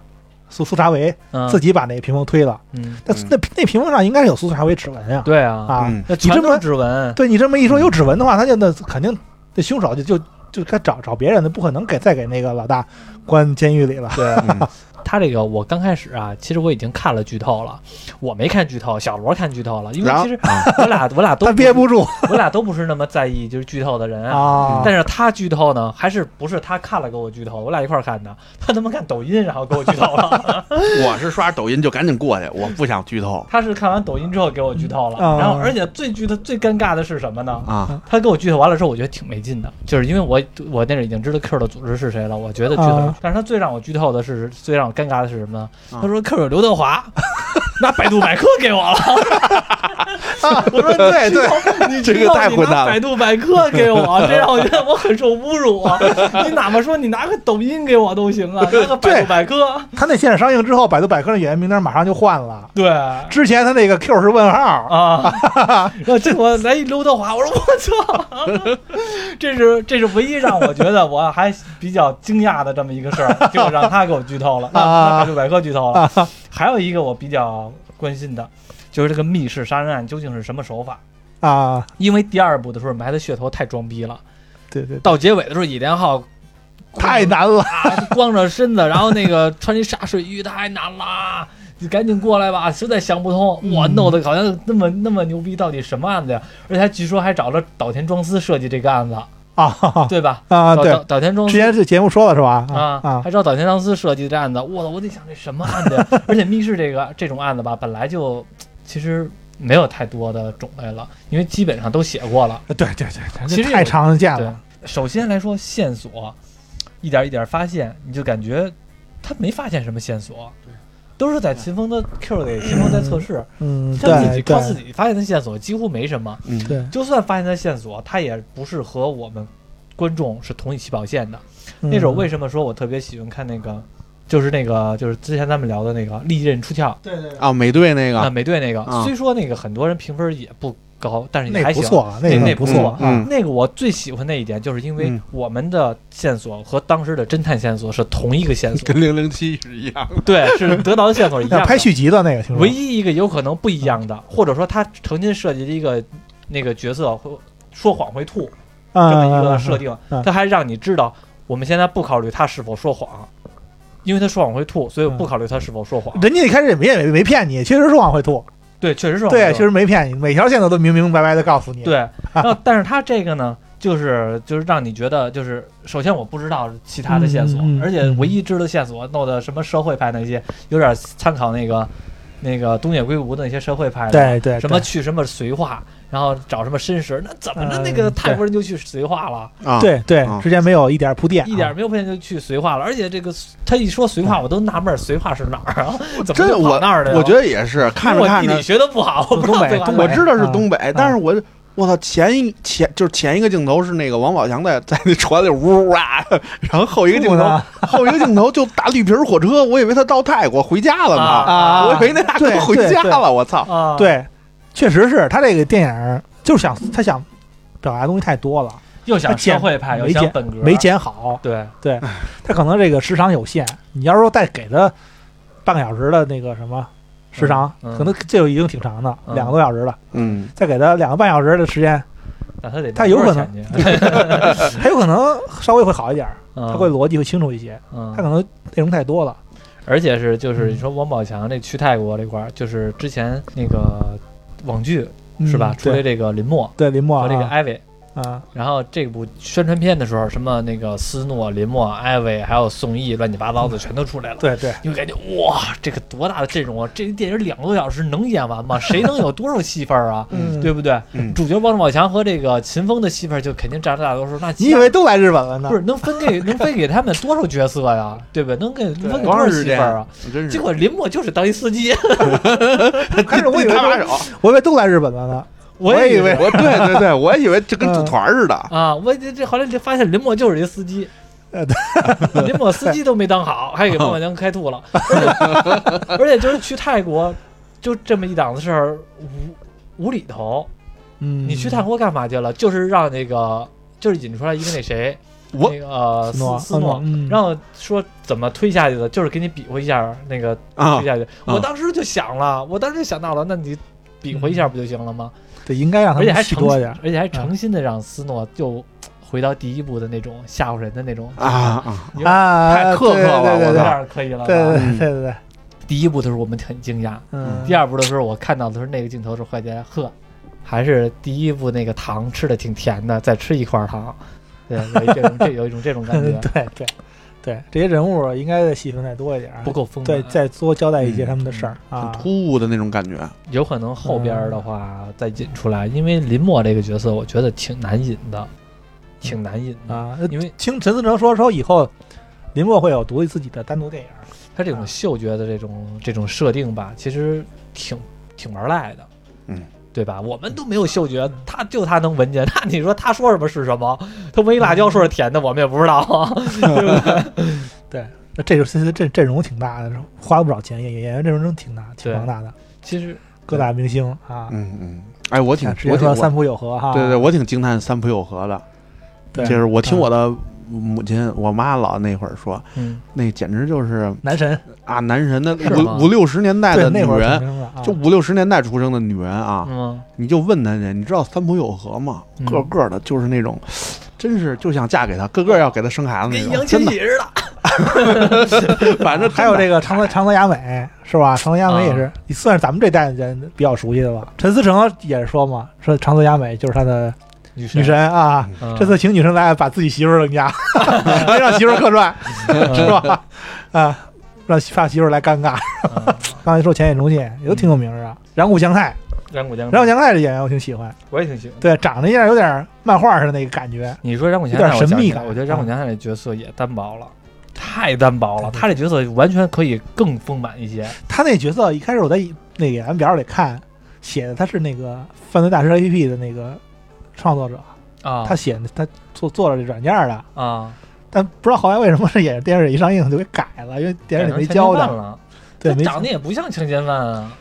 C: 苏苏查维
A: 嗯
C: 自己把那屏幕推了，
A: 嗯，
C: 那
B: 嗯
C: 那那屏幕上应该是有苏查维指纹呀，
A: 对啊，
C: 啊，
B: 嗯
A: 那
C: 你
A: 全
C: 这
A: 都
C: 么
A: 是指纹，
C: 对你这么一说有指纹的话，他就那肯定那凶手就就就该找找别人的，不可能给再给那个老大关监狱里了。
B: 对，嗯
A: 他这个我刚开始啊，其实我已经看了剧透了，我没看剧透，小罗看剧透了，因为
B: 然后
A: 其实我俩我俩都
C: 啊他憋不住
A: 我俩都不是那么在意就是剧透的人
C: 啊！
A: 嗯但是他剧透呢，还是不是他看了给我剧透，我俩一块儿看的。他他妈看抖音，然后给我剧透了。
B: 我是刷抖音就赶紧过去，我不想剧透
A: 他是看完抖音之后给我剧透了。
C: 啊
A: 然后，而且最剧的最尴尬的是什么呢？
B: 啊。
A: 他给我剧透完了之后，我觉得挺没劲的，就是因为我我那阵已经知道 Q 的组织是谁了，我觉得剧透。
C: 啊
A: 但是他最让我剧透的是，最让我尴尬的是什么呢？
B: 啊
A: 他说 Q 有刘德 华，拿百度百科给我了。
C: 我说对对，
A: 你
B: 啊这个
A: 知道
B: 太
A: 你
B: 混
A: 拿
B: 蛋了
A: 百度百科给 我，这让我觉得我很受侮辱啊！你哪怕说你拿个抖音给我都行啊，拿个百
C: 对
A: 度百科，
C: 他那现场上映之后，百度百科的演员名单马上就换了。
A: 对
C: 之前他那个 Q 是问号，
A: 啊， 然后结果来一刘德华，我说我操， 这是这是唯一让我觉得我还比较惊讶的这么一个事儿， 就让他给我剧透了，那那百度百科剧透了。还有一个我比较关心的，就是这个密室杀人案究竟是什么手法？
C: 啊，
A: 因为第二部的时候埋的噱头太装逼了。
C: 对对，
A: 到结尾的时候，尹连浩
C: 太难了，
A: 啊，光着身子，然后那个穿一下水衣，太难啦！你赶紧过来吧，实在想不通，哇，
C: 嗯
A: 弄得好像那么那么牛逼，到底什么案子呀？而且还据说还找了岛田庄司设计这个案子，
C: 啊
A: 对吧？
C: 啊！
A: 岛岛
C: 对，
A: 岛田庄
C: 之
A: 司
C: 前这节目说了是吧？
A: 啊
C: 啊
A: 还找岛田庄司设计这案子，我我得想这什么案子呀？而且密室这个这种案子吧，本来就其实没有太多的种类了，因为基本上都写过了。
C: 对对对，
A: 其实
C: 太
A: 有
C: 常见
A: 对
C: 了，，
A: 首先来说线索，一点一点发现，你就感觉他没发现什么线索，都是在秦风的 Q 里，秦风在测试，
C: 嗯，
A: 他自己
C: 对
A: 靠自
C: 对
A: 己发现的线索几乎没什么，
B: 嗯，
C: 对，
A: 就算发现的线索，他也不是和我们观众是同一起跑线的。那种为
C: 什
A: 什么说我特别喜欢看那个，就是那个就是之前咱们聊的那个《利刃出鞘》
C: 对对
B: 啊，美队那
A: 啊，
B: 个，
A: 美队那个，
B: 啊
A: 虽说那个很多人评分也不高，但是也
C: 那
A: 还
C: 不
A: 行。
C: 错啊，
A: 那
C: 个
A: 那
C: 不
A: 不
C: 错
A: 错
C: 啊
B: 嗯
A: 那个我最喜欢那一点，就是因为
B: 嗯
A: 我们的线索和当时的侦探线索是同一个线 索，
B: 跟零零七是一样的。
A: 对，是得到的线索一样
C: 那
A: 的。
C: 拍续集的那个，听说
A: 唯一一个有可能不一样的，或者说他重新设计了一个那个角色会说谎会吐
C: 啊
A: 这么一个设，定
C: 嗯嗯，
A: 他还让你知道我们现在不考虑他是否说谎，因为他说谎会吐，所以我不考虑他是否说谎
C: 嗯嗯嗯。人家一开始也没也没骗你，确实是往回吐，
A: 对，确实是
C: 对，
A: 确
C: 确实没骗你，每条线路都明明白白的告诉你，
A: 对，然后但是他这个呢，就是就是让你觉得，就是首先我不知道其他的线索，
C: 嗯嗯嗯
A: 而且唯一知道线索弄的什么社会派那些，有点参考那个那个东野圭吾的那些社会派的
C: 对对，
A: 什么去什么绥化，然后找什么绅士，那怎么着那个
C: 嗯
A: 泰国人就去绥化了，
B: 啊，
C: 对对
B: 啊，
C: 之前没有一点铺垫啊，
A: 一点没有骗就去绥化了，而且这个他一说绥化，我都纳闷儿绥化是哪儿啊？ 怎么
B: 这
A: 就跑
B: 我
A: 那儿的呀？
B: 我觉得也是，看
A: 因为
B: 着
A: 我
B: 看
A: 地
B: 着
A: 理，学的不好，我不知道
C: 东北
A: 绥化在
C: 东
B: 我
A: 哪
C: 北
A: 儿
B: 知道是
C: 啊
B: 东北，但是我我操，前一前就是前一个镜头是那个王宝强在在那船里呜啊，然后后一个 镜头
C: 呢
A: 啊
B: 后一个镜头就打绿皮儿火车，我以为他到泰国回家了呢，
C: 啊
B: 我以为那大哥
C: 对
B: 回
C: 对
B: 家
C: 对
B: 了，我操！
A: 啊，
C: 对，确实是他这个电影就是想他想表达的东西太多了，
A: 又想社会派，又
C: 没
A: 想
C: 剪
A: 本格，
C: 没剪好，
A: 对。
C: 对他可能这个时长有限，你要是说再给他半个小时的那个什么时长，
A: 嗯嗯
C: 可能这就已经挺长的，
A: 嗯
C: 两个多小时了，
B: 嗯，
C: 再给他两个半小时的时间，
A: 那他得
C: 他有可能
A: 能，嗯
C: 他有可能稍微会好一点，
A: 他
C: 他会逻辑会清楚一些，他
A: 嗯，
C: 可能内容太多了，
A: 而且是就是
C: 嗯
A: 你说王宝强这去泰国这块儿，就是之前那个网剧是吧？
C: 嗯
A: 出来
C: 对
A: 这个林默
C: 对林默
A: 和这个
C: 啊
A: 艾薇，
C: 啊，
A: 然后这部宣传片的时候，什么那个斯诺、林默、艾薇还有宋轶，乱七八糟的全都出来了。
C: 嗯对对。
A: 你就感觉哇，这个多大的阵容啊！这电影两个多小时能演完吗？谁能有多少戏份儿啊？
C: 嗯
A: 对不对？
B: 嗯
A: 主角王宝强和这个秦风的戏份儿就肯定占了大多数。那
C: 你以为都来日本了呢？
A: 不 是能分给能分给他们多少角色呀？对不对？能给能分给多
B: 光
A: 少
B: 是
A: 媳
B: 这
A: 妇儿
B: 样
A: 啊？，
B: 真
A: 结
B: 是
A: 果林默就是当一司机，
C: 开始 我以为
B: 搭把
C: 都
B: 手，
C: 我以为都来日本了呢。
A: 也以
B: 我对对对，我以为就
C: 嗯
B: 跟组团儿似的。
A: 啊，我这这后来就发现林默就是一司机
C: 呃。
A: 林默司机都没当好，还给孟晚江开吐了，而且而且就是去泰国，就这么一档子事儿，无无厘头。
C: 嗯，
A: 你去泰国干嘛去了？就是让那个，就是引出来一个那谁，
B: 我
A: 那个呃
C: 斯诺
A: 斯斯诺，
C: 嗯
A: 让我说怎么推下去的，就是给你比划一下那个
B: 啊
A: 推，下去。我当时就想了，我当时就想到了，那你比划一下不就行了吗？
C: 嗯对应该让他
A: 而且
C: 们
A: 还
C: 戏
A: 诚
C: 多一点。
A: 而且还诚心的让斯诺就回到第一部的那种吓唬人的那种
B: 啊啊，
A: 你
C: 啊，
B: 太苛刻了我
C: 对对
A: 这
C: 对
B: 操
A: 样可以了吧。
C: 对对
B: 嗯
C: 对对对，
A: 第一部的时候我们很惊讶，
C: 嗯，
A: 第二部的时候我看到的时候那个镜头是坏家呵，还是第一部那个糖吃的挺甜的，再吃一块糖，对，有一这种这有一种这种感觉，
C: 对对对，这些人物应该再细分再多一点儿，
A: 不够丰
C: 对，
A: 满。
C: 再多交代一些他们的事儿
B: 嗯很
C: 啊。
B: 突兀的那种感觉。
A: 有可能后边儿的话
C: 嗯
A: 再引出来，因为林默这个角色我觉得挺难引的，挺难引的，
C: 啊，
A: 因为
C: 听陈思诚说说以后，林默会有独立自己的单独电影儿。
A: 他这
C: 啊
A: 种嗅觉的这种这种设定吧，其实挺挺玩赖的，
B: 嗯，
A: 对吧？我们都没
C: 啊
A: 有嗅觉，他就他能闻见， 那你说他说什么是什么？他闻一辣椒说是甜的，我们也不知道 啊，对吧？
C: 那这就是阵阵容挺大的，花了不少钱，演演员阵容挺大，挺庞大的，
A: 其实
C: 各大明星啊。
B: 嗯嗯，哎，我挺
C: 啊直
B: 我
C: 接
B: 挺
C: 说
B: 我
C: 三浦友和哈，
B: 对对，我挺惊叹三浦友和的。
C: 对
B: 就是我听
C: 嗯
B: 我的母亲、我妈老那会儿说，
A: 嗯，
B: 那简直就是
C: 男神，
B: 啊，男神的
A: 是吗
B: 五五六十年代
C: 对
B: 的女
C: 那会儿
B: 人，
C: 挺的啊，
B: 就五六十年代出生的女人啊，
A: 嗯，
B: 你就问她去，你知道三浦友和吗？
A: 嗯
B: 个个的就是那种，真是就想嫁给他，个个要给他生孩子
A: 跟
B: 那
A: 杨
B: 种，
A: 千
B: 真的，
A: 玺似的。
B: 反正
C: 还有这
B: 个
C: 个长泽长泽雅美是吧？长泽雅美也
B: 啊
C: 是，也算是咱们这代人比较熟悉的吧。陈思诚也是说嘛，说长泽雅美就是他的
A: 女神，
C: 女神啊。
A: 嗯
C: 这次请女神来，把自己媳妇儿 扔家，别让媳妇儿客串，是吧？啊，让怕媳妇儿来尴尬。
A: 嗯
C: 刚才说浅野忠介也都挺有名儿啊，染谷将太，
A: 染 谷将
C: 染谷将太这演员我挺喜欢，
A: 我也挺喜欢。
C: 对，长得有点有点漫画似的那个感觉，
A: 你说张古强，
C: 有点神秘感啊
A: 我觉得张古强这角色也单薄了，太单薄了。他这角色完全可以更丰满一些。
C: 他那角色一开始我在那个演员表里看，写的他是那个犯罪大师 APP 的那个创作者，
A: 啊
C: 他写的他做做了这软件的，
A: 啊，
C: 但不知道后来为什么是演电视一上映就给改了，因为电视里没教
A: 改成强奸
C: 的，
A: 犯了，
C: 对，
A: 他
C: 没
A: 长得也不像强奸犯啊，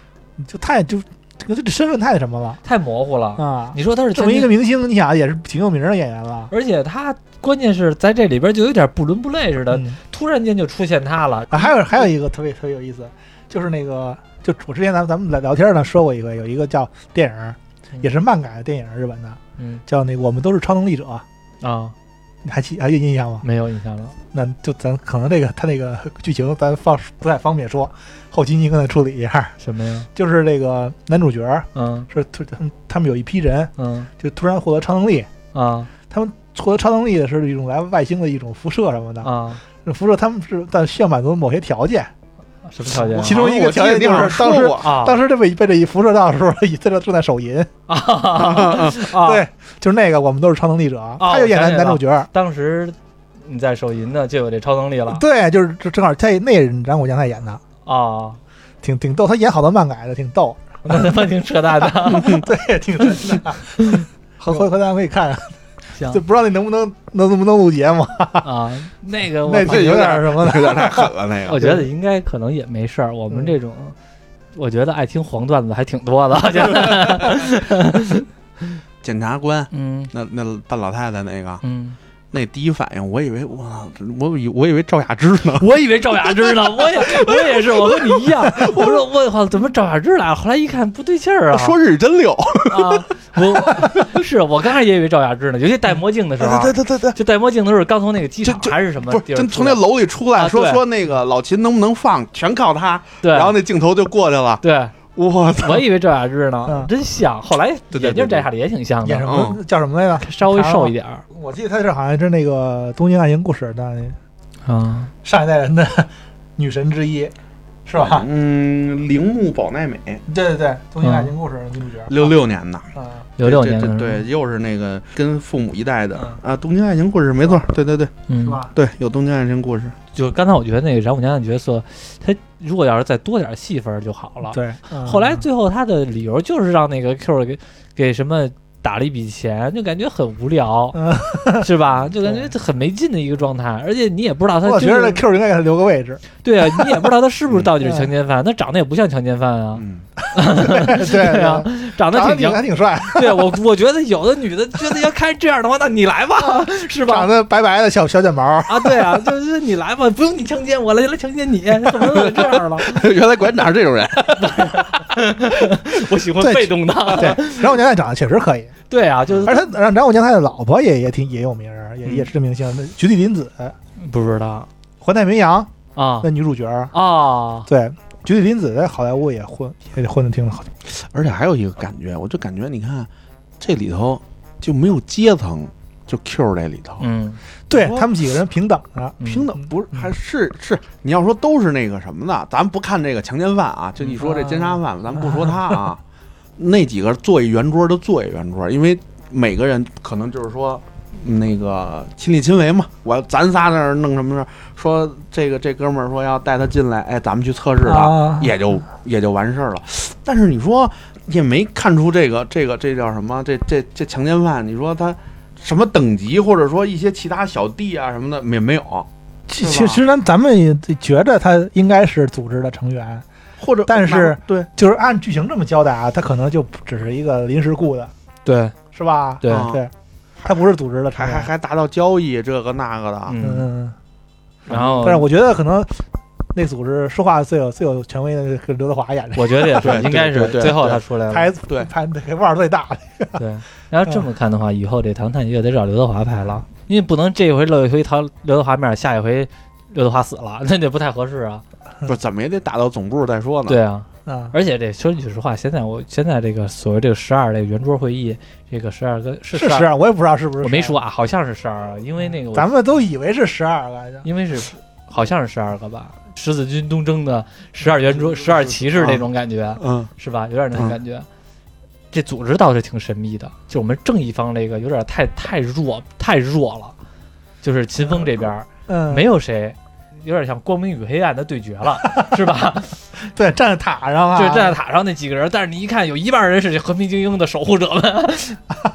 C: 就太就这个这身份太那什么了
A: 太模糊了。
C: 啊！
A: 你说他是
C: 这么
A: 强
C: 一
A: 奸，
C: 个明星，你想也是挺有名的演员了。
A: 而且他关键是在这里边就有点不伦不类似的，
C: 嗯
A: 突然间就出现他了。
C: 啊，还有还有一个特别特别有意思，就是那个，就我之前咱们咱们聊聊天呢说过一个，有一个叫电影儿，也是漫改的电影儿，日本的，
A: 嗯
C: 叫那个我们都是超能力者，
A: 啊，
C: 你还记还有印象吗？
A: 没有印象了。
C: 那就咱可能这个他那个剧情咱放不太方便说，后期你可能处理一下。
A: 什么呀？
C: 就是这个男主角儿
A: 嗯
C: 是突他们他们有一批人
A: 嗯
C: 就突然获得超能力，
A: 啊
C: 获得超能力的是一种来外星的一种辐射什么的，
A: 啊，
C: 那辐射他们是但需要满足某些条件，
A: 什么条件啊？
C: 其中一个条件就是当时
B: 时
A: 啊，
C: 当时这被被这一辐射到的时候， 在这正在手淫。
A: 啊，
C: 对，就是那个我们都是超能力者，他就演
A: 我想
C: 男
A: 起来
C: 男主角儿。
A: 当时你在手淫呢，就有这超能力了
C: 对，就是这正好在那人染谷将太演的，
A: 啊，
C: 挺挺逗。他演好多漫改的，挺 逗，
A: 那他妈挺扯淡 的。
C: 对，挺真 的。回回回头咱可以看
A: 啊
C: 看，
A: 行
C: 就不知道那能不能能能不能录节目，
A: 啊，那个我
C: 那
B: 这
C: 这有点什么的。
B: 有点太狠了那
A: 我
B: 个。
A: 觉得应该可能也没事儿。我们
C: 嗯
A: 这种，我觉得爱听黄段子还挺多 的，好像。
B: 检察官
A: 嗯
B: 那那大老太太那个，
A: 嗯，
B: 那第一反应我以为我操我以我以为赵雅芝 呢，
A: 我以为赵雅芝 呢，我也我也是，我和你一样，我说我靠，怎么赵雅芝来了？后来一看不对劲儿啊，
B: 说日语真溜。
A: 啊，我 是我刚开始也以为赵雅芝呢，尤其戴墨镜的时候啊，
B: 对对对对，
A: 就戴墨镜的时候刚从那个机场
B: 就就
A: 还是什么
B: 不
A: 地
B: 是
A: 儿出来，
B: 真从那楼里出
A: 啊
B: 来，说
A: 对
B: 说那个老秦能不能放，全靠他。
A: 对，
B: 然后那镜头就过去了，
A: 对。
B: 我操！
A: 我以为赵雅芝呢
C: 嗯，
A: 真像。后来
B: 对对
A: 眼镜
B: 对对
A: 摘下来也挺像
C: 演
A: 的
C: 什，么叫什么来着？
A: 稍微瘦一点儿
C: 我记得他是好像是那个《东京爱情故事》的
A: 啊。
C: 上一代人的女神之一，是吧？
B: 嗯，铃木保奈美，
C: 对对对，《东京爱情故事》的女主角。
B: 六六年的，
C: 啊，
A: 六六年的
B: 这
A: 时
B: 这
A: 候，
B: 对，又是那个跟父母一代的
C: 嗯
B: 啊，《东京爱情故事》没错，对对对
C: 是
A: 嗯，
C: 吧？
B: 对，有《东京爱情故事》，
A: 就是刚才我觉得那个冉武娘的角色，他如果要是再多点戏份儿就好了。
C: 对。
A: 后
C: 嗯
A: 来最后他的理由就是让那个 Q 给给什么打了一笔钱，就感觉很无聊，
C: 嗯
A: 是 吧？就感觉很没劲的一个状态，而且你也不知道他
C: 我觉
A: 究
C: 得那
A: 竟
C: Q 应该给他留个位置，
A: 对啊，你也不知道他是不是到底是
C: 嗯
A: 强奸犯，他长得也不像强奸犯啊，
B: 嗯，
C: 对对
A: 啊，长得
C: 长
A: 挺
C: 得挺
A: 阳
C: 还挺帅，
A: 对我，我觉得有的女的觉得要看这样的话，那你来吧， 是
C: 嗯长
A: 吧？
C: 得白白的小小卷毛，
A: 啊，对啊，就是你来吧，不用你强奸我来，来强奸你，怎么怎么这样了？
B: 原来馆长是这种人，
A: 我喜欢
C: 对
A: 被动的。
C: 对，然后江太长得确实可以，
A: 对啊，就是
C: 而他然后然后江太的老婆也也挺也有名儿，也
A: 嗯
C: 也是明星，那菊地凛子、
A: 不知道
C: 环太平洋
A: 啊
C: 那女主角儿，
A: 啊，
C: 对，菊地凛子在好莱坞也混也混的挺好，
B: 而且还有一个感觉，我就感觉你看这里头就没有阶层，就 Q 这里头。
A: 嗯，
C: 对
B: 哦
C: 他们几个人平等着，
A: 嗯
B: 平等不是
C: 嗯
B: 还是是你要说都是那个什么的，咱不看这个强奸犯啊，就一说这
C: 嗯
B: 奸杀犯，咱不说他啊， 那几个坐一圆桌就坐一圆桌，因为每个人可能就是说那个亲力亲为嘛，我咱仨在那儿弄什么事儿，说这个这哥们儿说要带他进来，哎，咱们去测试他，
C: 啊，
B: 也就也就完事儿了。但是你说也没看出这个这个这叫什么？这这这强奸犯，你说他什么等级，或者说一些其他小弟啊什么的，也没有。
C: 其
B: 是
C: 其
B: 吧
C: 实咱咱们也觉着他应该是组织的成员，
B: 或者，
C: 但是
B: 对
C: 就是按剧情这么交代啊，他可能就只是一个临时雇的，
A: 对
C: 是吧？
A: 对
B: 啊
C: 对，他不是组织的成
B: 还还
C: 员。
B: 还达到交易这个那个的，啊
A: 嗯，
C: 嗯，
A: 然
B: 嗯
A: 后
C: 但是我觉得可能那组织说话最有最有权威的是刘德华演的，
A: 我觉得也是
B: 对，
A: 应该是
B: 对对
A: 最后他
B: 对
A: 出来
C: 他还
A: 了。
B: 嗯对
C: 他那个腕儿最大的。
A: 对，然后这么看的话，以后这《唐探一》也得找刘德华拍了，因为不能这回露一回唐刘德华面，下一回刘德华死了，那这不太合适啊。
B: 不是怎么也得打到总部再说 呢。
A: 对啊，
B: 嗯
C: 啊，
A: 而且这说句实话，现在我现在这个所谓这个十二这个圆桌会议，这个十二个是
C: 是
A: 12
C: 十二，我也不知道是不是。
A: 我没，说啊，好像是十二，因为那个我
C: 咱们都以为是十二个来着。
A: 因为是好像是十二个吧，十字军东征的十二圆桌、十二骑士那种感觉、
B: 嗯，
A: 是吧？有点那种感觉。这组织倒是挺神秘的，就我们正义方这个有点太太弱太弱了，就是秦风这边儿
C: 嗯，
A: 没有谁。有点像光明与黑暗的对决了，是吧？
C: 对，站在塔上啊，
A: 就是站在塔上那几个人，但是你一看，有一半人是和平精英的守护者们，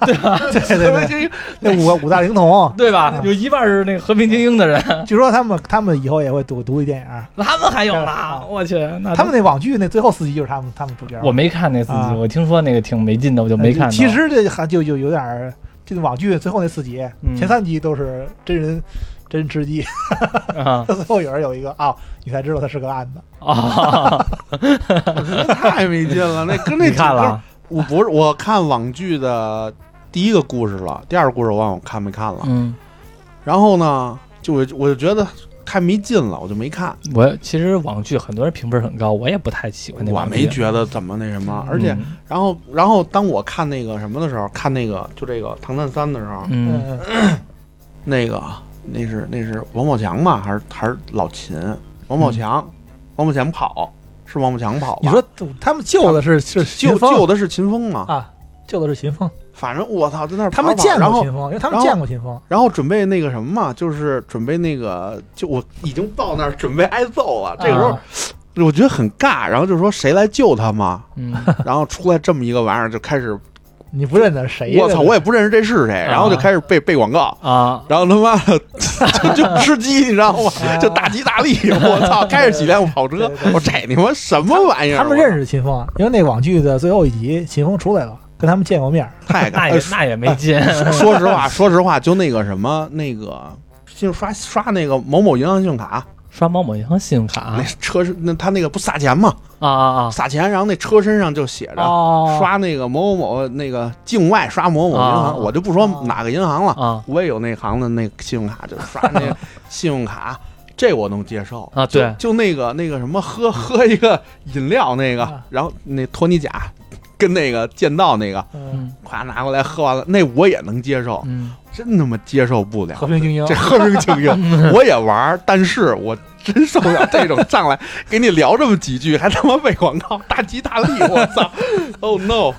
C: 对对 对，嗯
B: 对，
C: 那五个五大灵 童，
A: 对吧？有一半是那个和平精英的人，
C: 据说他们他们以后也会独独立电影，啊
A: 他们还有啦！我去，那
C: 嗯他们那网剧那最后四集就是他们他们主角。
A: 啊我没看那四集，
C: 啊
A: 我听说那个挺没劲的，我就没看到。
C: 呃其实这还就就有点儿，这个网剧最后那四集，
A: 嗯
C: 前三集都是真人真人吃鸡，
A: 啊
C: 到最后有人有一个啊，你才知道他是个案子。
A: 啊，
B: 太没劲了。那跟那
A: 你看了，啊
B: 我不是我看网剧的第一个故事了，第二个故事我忘了我看没看了。
A: 嗯，
B: 然后呢，就我我就觉得太没劲了，我就没看。
A: 我其实网剧很多人评分很高，我也不太喜欢那
B: 我
A: 网剧。
B: 没觉得怎么那什么，
C: 嗯
B: 而且，
A: 嗯
B: 然后，然后当我看那个什么的时候，看那个就这个《唐探三》的时候，
A: 嗯，
C: 嗯，
B: 那个那是那是王宝强吧，还是还是老秦？王宝强，王宝强跑是王宝强跑吧？
C: 嗯你说他们救的是是
B: 救
C: 秦
B: 救
C: 风
B: 的是秦风嘛？
C: 啊，救的是秦风，
B: 反正我操，在那儿
C: 他
B: 跑
C: 们
B: 跑
C: 见
B: 然后
C: 过秦风，因为他们
B: 然后
C: 见过秦风。
B: 然后准备那个什么嘛，就是准备那个，就我已经到那儿准备挨揍了。这个时候
A: 啊，
B: 我觉得很尬，然后就说谁来救他嘛，
A: 嗯，
B: 然后出来这么一个玩意儿，就开始
C: 你不认得啊谁呀？
B: 我操，我也不认识这是谁，然后就开始背背广告，
A: 啊，
B: 然后他妈 的就就吃鸡，你知道吗？就大吉大利，我 操，开着几辆跑
C: 啊对
B: 车
C: 对对，
B: 我这你妈什么玩意儿？
C: 他们认识秦风，因为那网剧的最后一集秦风出来了，跟他们见过面儿。
B: 我太
A: 那
C: 哎
B: 尬。
A: 也
B: 呃
A: 那也没劲。
B: 说实话，说实话，就那个什么那个。就刷刷那个某某银行信用卡，
A: 刷某某银行信用卡
C: 啊
B: 那车是那他那个不撒钱吗？
A: 啊啊
B: 撒钱，然后那车身上就写着、
C: 哦
B: 刷那个某某某那个境外刷某某银行，
A: 啊
B: 我就不说
C: 哦
B: 哪个银行了，
A: 啊啊
B: 我也有那行的那个信用卡，就是刷那个信用卡，这我能接受
A: 啊
B: 就
A: 对
B: 就那个那个什么喝 喝一个饮料那个，
C: 啊
B: 然后那托尼贾跟那个剑道那个，
C: 嗯，
A: 嗯
B: 咵拿过来喝完了，那我也能接受，
A: 嗯，
B: 真他妈接受不了
C: 和。平精英
B: 这和平 精英，我也玩儿，但是我真受不了这种上来给你聊这么几句，还他妈背广告，大吉大利，我 操！Oh no！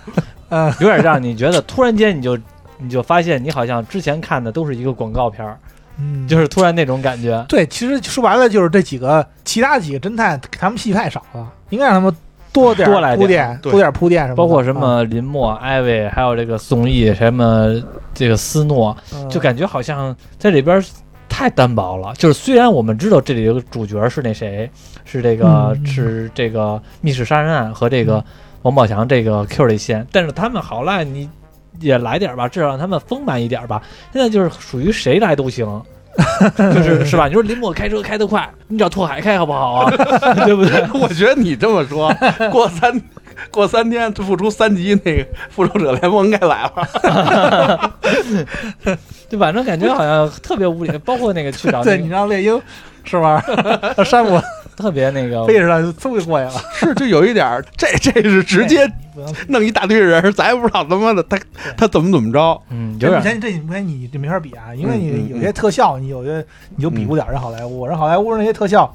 C: 嗯，
A: 有点让你觉得突然间你就你就发现你好像之前看的都是一个广告片 儿，
C: 嗯
A: 就是突然那种感觉。
C: 对，其实说白了就是这几个其他几个侦探，他们戏太少了，应该让他们多点儿
A: 多来
C: 铺
A: 点
C: 垫，
B: 对
C: 多点儿铺垫什么的，
A: 包括什
C: 啊，
A: 么林默、艾薇，还有这个宋轶，什么这个斯诺，
C: 嗯
A: 就感觉好像在里边儿太单薄了。就是虽然我们知道这里有个主角是那谁，是这个、
C: 嗯
A: 是这个密室杀人案和这个王宝强这个 Q 这线，但是他们好赖你也来点儿吧，至少让他们丰满一点儿吧。现在就是属于谁来都行。 就是是吧？你说林默开车开得 快，你找拓海开好不好啊？对不对？
B: 我觉得你这么说，过三过三天复出三级，那个复仇者联盟该来 了。
A: 就反正感觉好像特别无理，包括那个去找
C: 对
A: 那
C: 你
A: 个
C: 让猎鹰是玩意儿，让 山姆
A: 特别那个
C: 背着他终于过去了，哎
B: 是，就有一点儿，这这是直接
C: 不能
B: 弄一大堆人儿，咱也不知道他妈的他他怎么怎么着。
A: 嗯有
C: 这
A: 点
C: 目前这目前哎你就没法比啊，因为
B: 嗯嗯
C: 你有
B: 嗯
C: 些特效，你有些你就比不了人好莱坞，人好莱坞那些特效，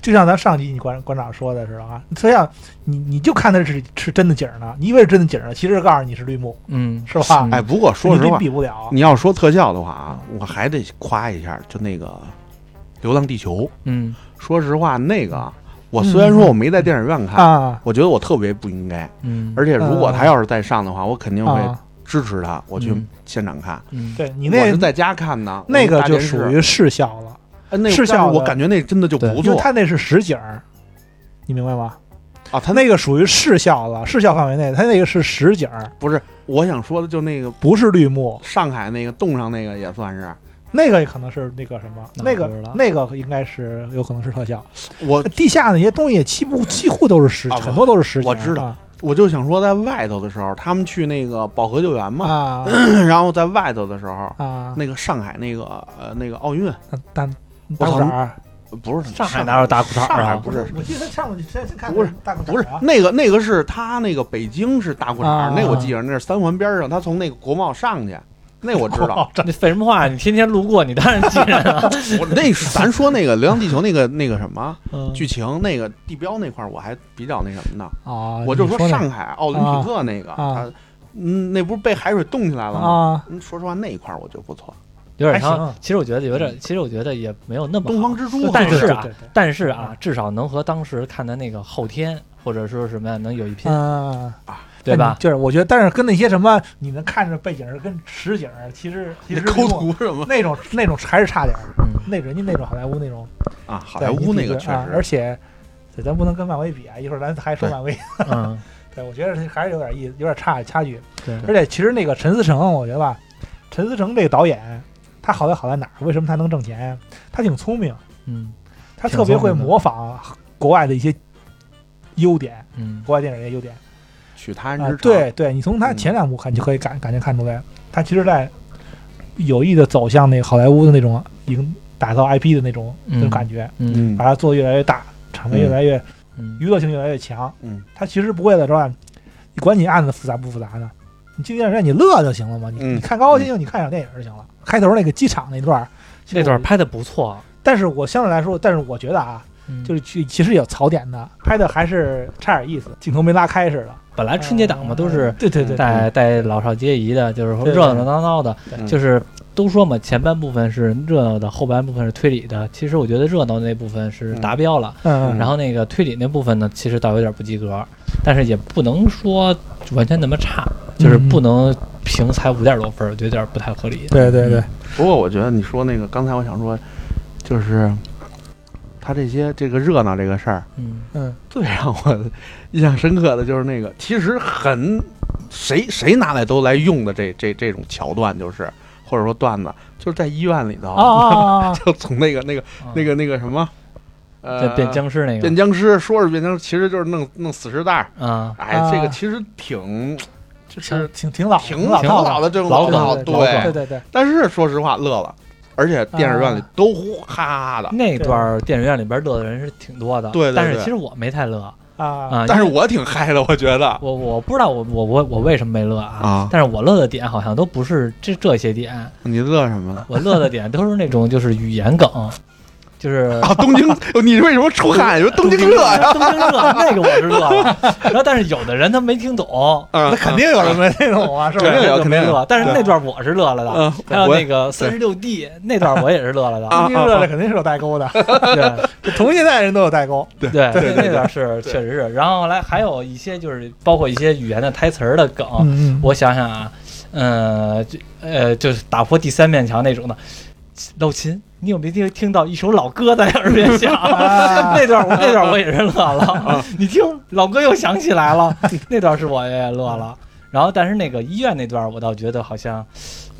C: 就像咱上集你馆馆长说的似的啊，特效你你就看的是是真的景儿呢，你以为是真的景儿呢，其实告诉你是绿幕，
A: 嗯
C: 是吧？
B: 哎，不过说实
C: 你
B: 话，
C: 比不了，
B: 你要说特效的话啊，我还得夸一下，就那个《流浪地球》。
A: 嗯
B: 说实话，那个啊我虽然说我没在电影院看，
C: 嗯啊，
B: 我觉得我特别不应该。
A: 嗯，
B: 而且如果
C: 嗯
B: 他要是再上的话，我肯定会
C: 啊，
B: 支持他，我去
A: 嗯
B: 现场看。
A: 嗯
C: 对你
B: 我
C: 那
B: 是在家看呢，
C: 那
B: 我
C: 个
B: 大
C: 就
B: 电视
C: 属于视效了，
B: 哎那个
C: 视效
B: 但是我
C: 的
B: 感觉那真的就
A: 对
B: 不
C: 因为
B: 错
C: 它那是实景儿，你明白吗？
B: 啊。
C: 它
B: 他
C: 那个属于视效了，视效范围内，它那个是实景儿，
B: 不是我想说的，就那个
C: 不是绿幕。
B: 上海那个冻上那个也算是。
C: 那个也可能是那个什么，
A: 那
C: 那
A: 我
C: 个
A: 不知道
C: 那个应该是有可能是特效。
B: 我
C: 地下那些东西几乎几乎都是实，
B: 啊我
C: 很多都是实景
B: 我知道
C: 啊
B: 我就想说，在外头的时候，他们去那个保和救援嘛，
C: 啊
B: 然后在外头的时候，
C: 啊！
B: 那个上海那个呃那个奥运
C: 大
B: 我
C: 大
B: 操
C: 裤衩儿，啊
B: 不是
A: 上海哪有大裤衩儿啊
B: 上海不是。
C: 我记得上次先先看
B: 不是
C: 大裤衩
B: 不是啊那个，那个是他那个北京是大裤衩儿
C: 啊，
B: 那我记着，那是三环边儿上，他从那个国贸上去，那我知道。
A: 你废什么话？你天天路过，你当然记着啊了。
B: 我那是咱说那个《流浪地球》那个那个什么
A: 嗯
B: 剧情，那个地标那块儿，我还比较那什么呢？
C: 啊，
B: 我就
C: 你
B: 说
C: 说
B: 上海奥林匹克那个，
C: 啊
B: 他嗯，那不是被海水冻起来
C: 那
B: 了吗？
C: 啊，
B: 嗯说实话，那一块儿我觉得不错，
A: 有点
C: 还
A: 像
C: 行，
A: 其实我觉得有点，其实我觉得也没有那
B: 《
A: 么
B: 东
A: 好
B: 方之珠》
A: 但是啊
C: 对对对
A: 但是啊，至少能和当时看的那个后天或者说什么呀，能有一拼，
C: 嗯，
A: 对吧？
C: 就是我觉得，但是跟那些什么，你能看着背景儿跟实景儿，其实其
B: 你
C: 实
B: 抠
C: 绿幕
B: 图什么
C: 那种那种还是差点儿。
A: 嗯，
C: 那人家那种好莱坞那种
B: 啊？好
C: 好
B: 莱坞那个确
C: 啊、而
B: 实，
C: 且对咱不能跟漫威比啊，一会儿咱还说
B: 对
C: 漫威。
A: 嗯，
C: 对，我觉得还是有点意思，有点差差距。
A: 对
C: 而且其实那个陈思诚，我觉得吧，陈思诚这个导演，他好在好在哪儿？为什么他能挣钱？啊他挺聪明，
A: 嗯
C: 他特别会模仿国外的一些优点，
A: 嗯
C: 国外电影的一些优点。
B: 取他人之
C: 啊
B: 长，，
C: 对对，你从他
B: 嗯
C: 前两部看，你就可以感感觉看出来，他其实在有意的走向那个好莱坞的那种营打造 IP 的那种那种
A: 嗯
C: 感觉，
A: 嗯
B: 嗯
C: 把它做得越来越大，场面越来越
A: 嗯
C: 娱乐性越来越强。
B: 嗯，
C: 他其实不会的，是吧？你管你案子复杂不复杂的，你进电影院你乐就行了嘛。你、
B: 嗯
C: 你看高高兴兴，你看场电影就行了。开头那个机场那段儿，其实
A: 那段
C: 我，
A: 拍的不错，啊
C: 但是我相对来说，但是我觉得啊，
A: 嗯
C: 就是其其实有槽点的，拍的还是差点意思，镜头没拉开似的。
A: 本来啊春节档嘛，都是
C: 嗯对对对对
A: 带带老少皆宜的，就是
C: 对对
A: 热热闹闹的，
B: 嗯
A: 就是都说嘛，前半部分是热闹的，后半部分是推理的。其实我觉得热闹的那部分是达标了，
C: 嗯，
A: 然后那个推理那部分呢，其实倒有点不及格，但是也不能说完全那么差，就是
C: 嗯
A: 不能评才五点多分儿，我觉得有点不太合理。嗯
C: 对对对，
B: 不过我觉得你说那个，刚才我想说，就是他这些这个热闹这个事儿，
A: 嗯
C: 嗯
B: 最让我印象深刻的就是那个，其实很谁谁拿来都来用的这这这种桥段，就是或者说段子，就是在医院里头，
C: 啊啊啊！
B: 就从那个那个
A: 啊
B: 那个那个什么，
A: 这
B: 呃，
A: 变僵尸那
B: 变
A: 个
B: 僵尸，说是变僵尸，其实就是弄弄死尸袋儿。
A: 啊，
B: 哎，
C: 啊
B: 这个其实挺
C: 挺挺挺老的，
B: 挺
C: 老
B: 挺
C: 套
B: 老的这种
A: 老梗
B: 套，
C: 对
A: 老梗
C: 对
B: 对。
C: 对对，
B: 但是说实话，乐了，而且电影院里
C: 啊
B: 都呼哈哈的。
A: 那段儿电影院里边乐的人是挺多的，
B: 对对对
A: 但是其实我没太乐
C: 啊
A: 啊，
B: 但是
A: 因为
B: 我挺嗨的，我觉得
A: 我我不知道我我我我为什么没乐啊。
B: 啊，
A: 但是我乐的点好像都不是这这些点，
B: 你乐什么了？
A: 我乐的点都是那种就是语言梗， 就是
B: 啊，东京，你为什么出汗？因为东京热呀。
A: 啊东京热那个我是乐了。然后但是有的人他没听懂，
B: 那
C: 那肯定有人没那种啊，是吧
B: 肯？定有
A: 那就没
B: 肯定
A: 乐
B: 有。
A: 但是
C: 对
A: 那段我是乐了的，
B: 嗯，
A: 还有
B: 我
A: 那个三十六 D 那段我也是乐了的。
B: 啊
C: 东京热的肯定是有代沟 的，
A: 对
C: 同现代人都有代沟。
B: 对
A: 对
B: 对对
A: 那段是
B: 对
A: 确实是。然后后来还有一些就是包括一些语言的台词儿的
B: 啊
A: 梗，
C: 嗯
A: 我想想啊，呃，就呃，就是打破第三面墙那种的。老秦，你有没有听到一首老歌在耳边响？
B: 嗯
C: 啊
A: 那段我那段我也是乐了， 你听老歌又想起来了，那段是我也乐了。然后，但是那个医院那段，我倒觉得好像，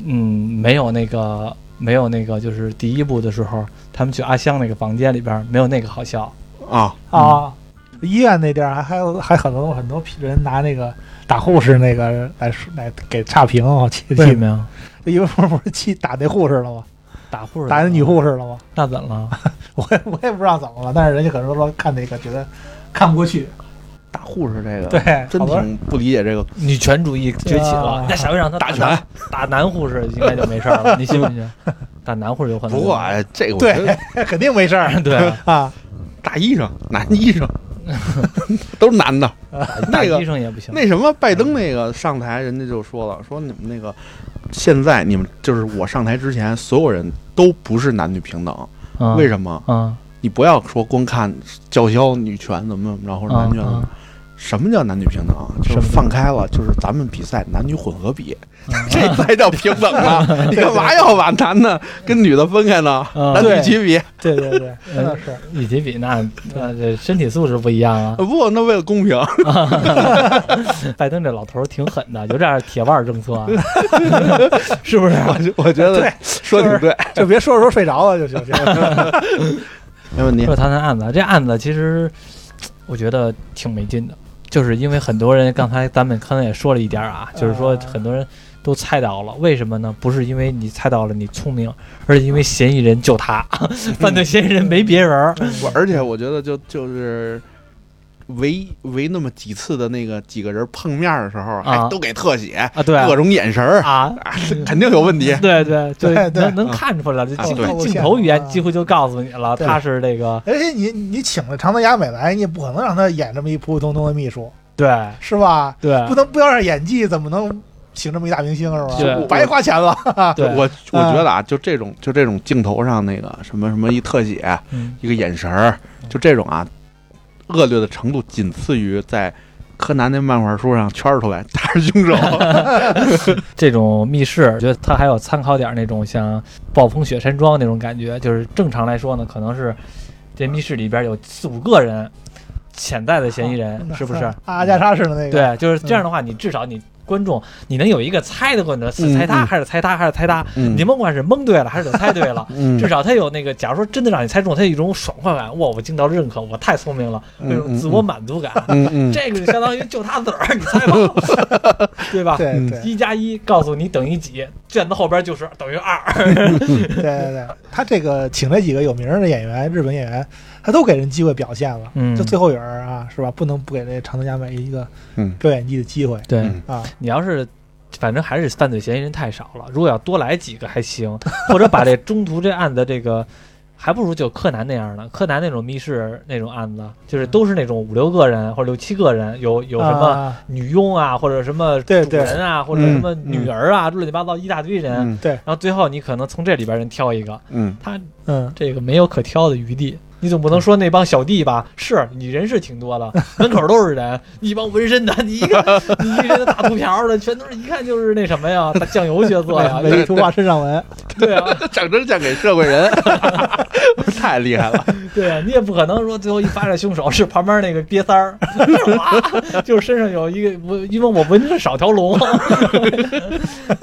A: 嗯，没有那个没有那个，就是第一部的时候，他们去阿香那个房间里边，没有那个好笑。
B: 啊，
C: 啊，医院那地儿还还有还很多很多人拿那个打护士那个来说来给差评，我气
A: 为什
C: 气
A: 么呀？
C: 因为不是不是气打那护士了吗？
A: 打护士，
C: 打那女，护士了吗？
A: 那怎么了？
C: 我也我也不知道怎么了，但是人家可能说看那个觉得看不过去，
B: 打护士这个，
C: 对，
B: 真
C: 好多人
B: 挺不理解这个。
A: 女权主义崛起了
C: 啊，
A: 那下回让他
B: 打拳，
A: 打男护士应该就没事儿了，你信不信？打男护士有可能。
B: 不过哎，这个我觉得
C: 对肯定没事儿
A: 对啊，
C: 啊，
B: 大医生、男医 生都是男的，
A: 打
B: 那个
A: 医生也不行。
B: 那什么，拜登那个上台，人家就说了，说你们那个现在你们就是我上台之前，所有人都不是男女平等，
A: 嗯
B: 为什么？
A: 嗯
B: 你不要说光看叫嚣女权怎么怎么着或者男权怎么着，什么叫男女平等啊？就
A: 啊什
B: 是
A: 么叫
B: 放开了，就是咱们比赛男女混合比，
A: 嗯
B: 这才叫平等 啊！你干嘛要把男的跟女的分开呢？
A: 嗯
B: 男女齐比？
C: 对对对，真的是，
A: 以及比那那这身体素质不一样啊。
B: 呃不，那为了公平，
A: 拜登这老头儿挺狠的，有点铁腕儿政策啊， 是不是？啊
B: 我觉我觉得
C: 对
B: 说挺对，
C: 就别说着说着睡着了就行。
B: 没问题
A: 说。谈谈案子，这案子其实我觉得挺没劲的，就是因为很多人刚才咱们刚才也说了一点儿啊，就是说
C: 啊
A: 很多人都猜到了，为什么呢？不是因为你猜到了你聪明，而是因为嫌疑人就他，犯罪嫌疑人没别人儿。
B: 我而且我觉得就就是唯唯那么几次的那个几个人碰面的时候，
A: 啊
B: 还都给特写，
A: 啊，对啊
B: 各种眼神儿，
A: 啊，
B: 肯定有问 题。
A: 对对，就
C: 对对
A: 能能
B: 啊
A: 看出来，这
B: 啊
A: 镜
B: 对
A: 镜头语言
C: 啊
A: 几乎就告诉你了，
C: 对
A: 他是这个
C: 而且你你请了长泽雅美来，你也不可能让她演这么一普普通通的秘书，
A: 对
C: 是吧？
A: 对
C: 不能不要点演技，怎么能请这么一大明星是吧
A: 对？
C: 白花钱了。
A: 对，
B: 我我觉得啊，就这种就这种镜头上那个什么什么一特写，
A: 嗯
B: 一个眼神儿，就这种啊，恶劣的程度仅次于在柯南那漫画书上圈儿出来他是凶 手。
A: 这种密室，我觉得它还有参考点儿那种像暴风雪山庄那种感觉，就是正常来说呢，可能是这密室里边有四五个人，潜在的嫌疑
B: 哦
A: 人，是不是？
C: 嗯 阿加莎式的那个，，
A: 对，就是这样的话，你至少你观众你能有一个猜的过程，是猜他
B: 嗯
A: 还是猜他还是猜他，
B: 嗯
A: 你甭管是蒙对了还是猜对了。
B: 嗯
A: 至少他有那个，假如说真的让你猜中，他有一种爽快感，哇！我经到认可，我太聪明了，
B: 嗯
A: 那种自我满足感。
B: 嗯嗯，
A: 这个就相当于就他自个儿，你猜吧， 对吧？
C: 对
B: 嗯
C: 对
A: 一加一告诉你等于几，卷子后边就是等于 二。
C: 对对对，他这个请了几个有名儿的演员，日本演员，他都给人机会表现了。
A: 嗯
C: 就最后有人啊，是吧？不能不给这长泽雅美一个
B: 嗯
C: 表演技的机会
A: 对
B: 嗯
C: 啊！
A: 你要是反正还是犯罪嫌疑人太少了，如果要多来几个还行， 或者把这中途这案子这个。还不如就柯南那样的，柯南那种密室那种案子，就是都是那种五六个人或者六七个人，有有什么
C: 啊
A: 女佣啊，或者什么主
C: 对对
A: 人啊，或者什么女儿啊，乱七八糟一大堆人，
B: 嗯
A: 然后最后你可能从这里边人挑一个，
B: 嗯
A: 他
C: 嗯，
A: 这个没有可挑的余地。你总不能说那帮小弟吧？是你人是挺多的，门口都是人，一帮纹身的，你一个你一个大秃瓢的，全都是一看就是那什么呀，大酱油角色 呀，
C: 美丽图画身上纹，
A: 对啊，
B: 整真像给社会人， 太厉害了。
A: 对啊，你也不可能说最后一发现凶手是旁边那个瘪三儿， 是吧就是身上有一个我，因为我纹身少条龙，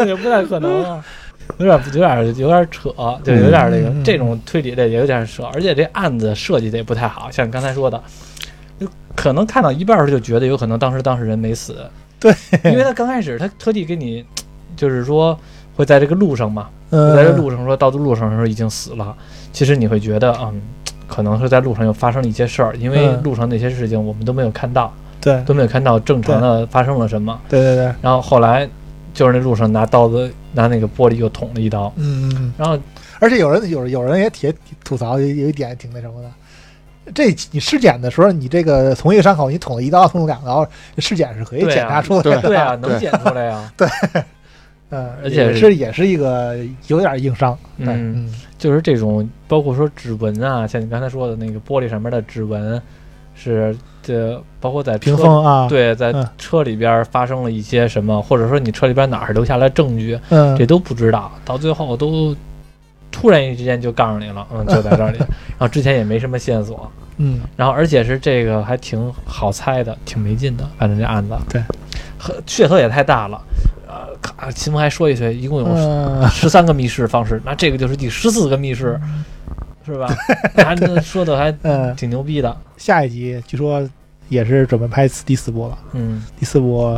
A: 也不太可能啊。有点有点有点扯，就有点这个、
C: 嗯
A: 这种推理的也有点扯，而且这案子设计的也不太好，像你刚才说的，就可能看到一半儿就觉得有可能当时当事人没死，
C: 对，
A: 因为他刚开始他特地给你，就是说会在这个路上嘛，
C: 嗯，
A: 在这路上说到路上的时候已经死了，其实你会觉得，嗯，可能是在路上又发生了一些事儿，因为
C: 嗯
A: 路上那些事情我们都没有看到，
C: 对
A: 都没有看到正常的发生了什么。
C: 对对对，
A: 然后后来就是那路上拿刀子拿那个玻璃又捅了一刀，
C: 嗯嗯。嗯
A: 然后
C: 而且有人有有人也挺吐槽，有有一点挺那什么的。这你尸检的时候，你这个同一个伤口，你捅了一刀，捅了两刀，尸检是可以
A: 对啊
C: 检查出来的。
A: 对啊，能检出来 呀、
C: 嗯，
A: 而且
C: 也是也是一个有点硬伤。对
A: 嗯，
C: 嗯，
A: 就是这种，包括说指纹啊，像你刚才说的那个玻璃上面的指纹，是这包括在
C: 屏
A: 车
C: 风啊，，
A: 对，在
C: 嗯
A: 车里边发生了一些什么，或者说你车里边哪儿留下来证据，
C: 嗯，
A: 这都不知道，到最后都突然之间就告诉你了，嗯，就在这 里，然后之前也没什么线索，
C: 嗯，
A: 然后而且是这个还挺好猜的，挺没劲的，反正这案子，
C: 对
A: 和，血头也太大了，呃，咔，秦风还说一句，一共有
C: 嗯，
A: 十三个密室方式，那这个就是第十四个密室，是吧？还说的还
C: 嗯，
A: 挺牛逼的，
C: 下一集据说也是准备拍第四部了。
A: 嗯，
C: 第四部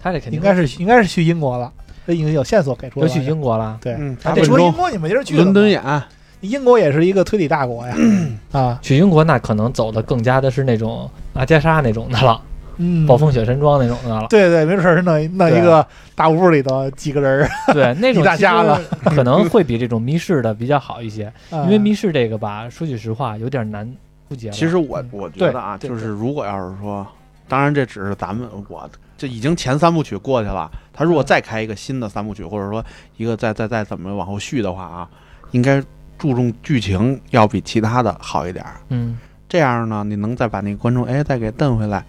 A: 他这肯定
C: 应该是应该是去英国了，这已经有线索给出来
A: 都
C: 了。
A: 去英国了，
C: 对，
B: 嗯，
C: 啊
B: 大
C: 得
B: 本
C: 说英
B: 钟、
C: 国，你们就是去了
B: 伦敦啊
C: 嘛
B: 眼，
C: 英国也是一个推理大国呀。
A: 嗯
C: 啊，
A: 去英国那可能走的更加的是那种阿加莎那种的了，
C: 嗯，
A: 暴风雪山庄那种的了。
C: 对对，没准儿是弄一弄一
A: 对
C: 个大屋里头几个人儿，
A: 对，那种
C: 一大家子
A: 其实可能会比这种密室的比较好一些，
C: 啊嗯
A: 因为密室这个吧，说句实话有点难估计。
B: 其实我
C: 嗯
B: 我觉
C: 对
B: 得啊，
C: 对
B: 就是
C: 对
B: 如果要是说，当然这只是咱们我这已经前三部曲过去了，他
C: 嗯
B: 如果再开一个新的三部曲，或者说一个再再再怎么往后续的话啊，应该注重剧情要比其他的好一点儿。
A: 嗯，
B: 这样呢，你能再把那个观众哎再给瞪回来。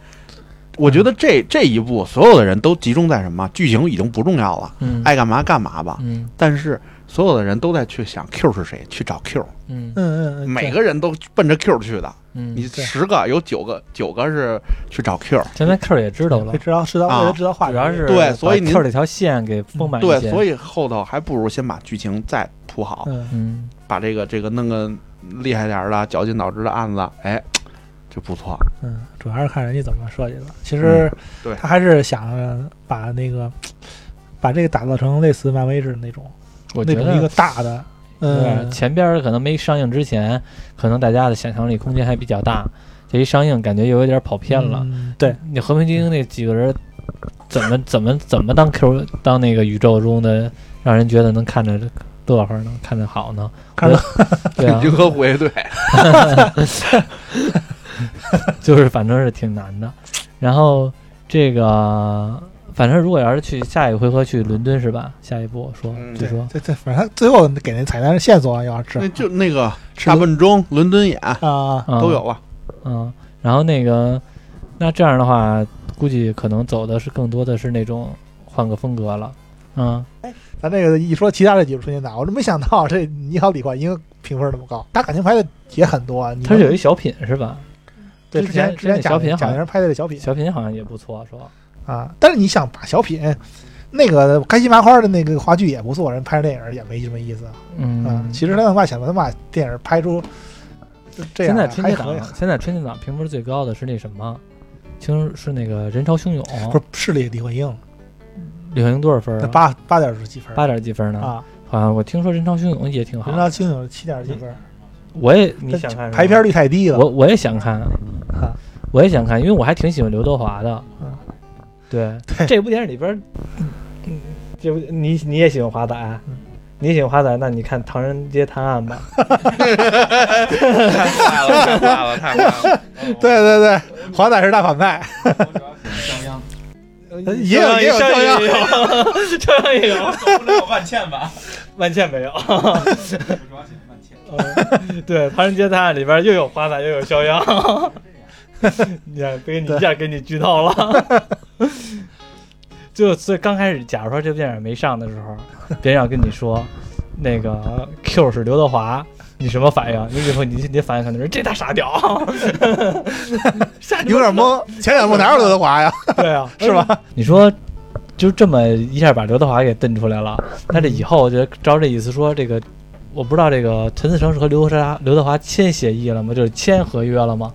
B: 我觉得这这一部所有的人都集中在什么？剧情已经不重要了，
A: 嗯，
B: 爱干嘛干嘛吧。
A: 嗯
B: 但是所有的人都在去想 Q 是谁，去找 Q，
A: 嗯
C: 嗯嗯嗯，
B: 每个人都奔着 Q 去的。
A: 嗯，
B: 你
C: 对
B: 十个有九个，九个是去找 Q，
A: 前面 Q 也知道了
C: 会，知道知道
B: 啊
C: 为了知道话题，
A: 主要是
B: 对所以您
A: Q 这条线给丰满一
B: 对，
A: 些。
B: 所
A: 以
B: 以后头还不如先把剧情再铺好，
C: 嗯
A: 嗯，
B: 把这个这个弄个厉害点儿的、绞尽脑汁的案子，哎，就不错。
C: 嗯，主要是看人家怎么设计的。
A: 嗯
C: 其实
B: 对，
C: 他还是想把那个把这个打造成类似漫威似的那种
A: 我
C: 那
A: 觉
C: 种
A: 得
C: 一个大的，
A: 对
C: 嗯，
A: 前边儿可能没上映之前，可能大家的想象力空间还比较大，这一上映感觉有一点跑偏了。
C: 嗯对，
A: 你和平精英那几个人怎么怎么怎么当 Q 当那个宇宙中的，让人觉得能看着乐呵呢，看着好呢？
C: 看着
A: 我对啊
B: 银河护卫队，
A: 就是反正是挺难的。然后这个，反正如果要是去下一回合去伦敦是吧？下一步我说
B: 嗯
A: 就
C: 对
A: 说
C: 对对，反正他最后给那彩蛋线索啊要是
B: 那就那个大笨钟、伦敦眼
C: 啊，
A: 啊
B: 都有了。
A: 嗯，然后那个，那这样的话，估计可能走的是更多的是那种换个风格了。嗯，
C: 咱这个一说其他这几部春节档，我真没想到这《你好，李焕英》评分那么高，他感情拍的也很多啊。你
A: 它是有一小品是吧？
C: 对
A: 之
C: 之前
A: 前
C: 之前
A: 之前
C: 贾
A: 小品好
C: 贾玲拍的这小品
A: 小品好像也不错，是吧？
C: 啊，但是你想把小品那个开心麻花的那个话剧也不错，人拍电影也没什么意思啊。啊
A: 嗯，
C: 其实他他妈想他妈电影拍出这这
A: 现
C: 样
A: 在
C: 来
A: 春
C: 啊还
A: 节
C: 可以，
A: 档，现在春节档评分最高的是那什么？听是那个人潮汹涌，
C: 不是是李李焕英，
A: 李焕英多少分
C: 那
A: 啊？
C: 八八点几分
A: 八点几分呢？
C: 啊，
A: 好像我听说人潮汹涌也挺好
C: 人。家清有七点几分，
A: 我也你想看是吧
C: 排片率太低了
A: 我我也想看，
C: 啊。
A: 我也想看，因为我还挺喜欢刘德华的。
C: 嗯
A: 对，
C: 对
A: 这部电影里边儿，嗯这部你你也喜欢华仔啊
C: 嗯，
A: 你喜欢华仔，那你看《唐人街探案》吧。
B: 太坏了，太坏了，太坏了！
C: 对对对，华仔是大 反派，
D: 商鞅，
C: 也有也有
A: 肖
C: 肖央
A: 央也有，肖央也有，
D: 不能有万茜吧？
A: 万茜没有。
D: 我主要喜欢万茜。
A: 嗯对，《唐人街探案》里边又有华仔，又有肖央。 你看，被你一下给你剧透了。 就所以刚开始，假如说这部电影没上的时候，别人要跟你说那个 Q 是刘德华，你什么反应？你以后你你反应可能是这大傻屌， 吓你
C: 有点。懵。前两部哪有刘德 华呀？
A: 对啊，
C: 是吧？
A: 你说就这么一下把刘德华给蹬出来了，那这以后我觉得照这意思说，这个我不知道这个陈思诚是和刘德华刘德华签协议了吗？就是签合约了吗？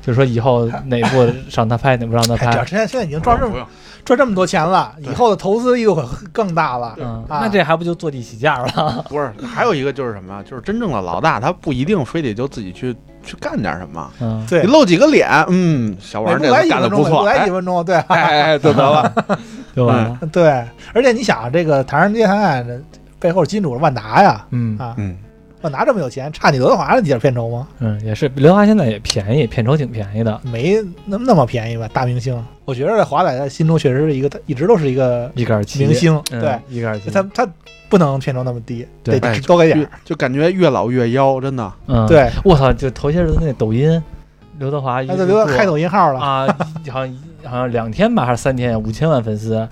A: 就是说以后哪部让他拍，哪部让他
C: 哎，这
A: 拍。
C: 现在现在已经
B: 不
C: 赚这
B: 用，
C: 么
B: 不用，
C: 赚这么多钱了，以后的投资力度会更大了。
A: 嗯，
C: 啊
A: 那这还不就坐地起价了？
B: 不是。还有一个就是什么，就是真正的老大，他不一定非得就自己去去干点什么，
A: 嗯，
C: 对
B: 你，露几个脸，嗯，小
C: 每
B: 王
C: 部
B: 这
C: 来
B: 次
C: 几
B: 干
C: 分
B: 的不
C: 钟，每部
B: 错，
C: 来
B: 哎
C: 几分钟，对
B: 哎，哎就得 了。
A: 对吧？
C: 对。而且你想啊，这个《唐人街探案》这背后金主是万达呀，
A: 嗯
C: 啊，
B: 嗯，
C: 万达这么有钱，差你刘德华那几点片酬吗？
A: 嗯，也是。刘德华现在也便宜，片酬挺便宜的，
C: 没那么那么便宜吧，大明星。我觉得华仔在心中确实是一个，一直都是一个
A: 一个二七。
C: 明星，
A: 嗯，
C: 对，
A: 一个二七。
C: 他他不能片酬那么低，
A: 对
C: 得
B: 哎
C: 多给点
B: 越
C: 儿。
B: 就感觉越老越妖，真的。
A: 嗯，。
C: 对，
A: 我操！就头些日子那抖音，刘德华一
C: 那就留
A: 做
C: 开抖音号了。
A: 啊， 一好像一好像两天吧，还是三天，五千万粉丝。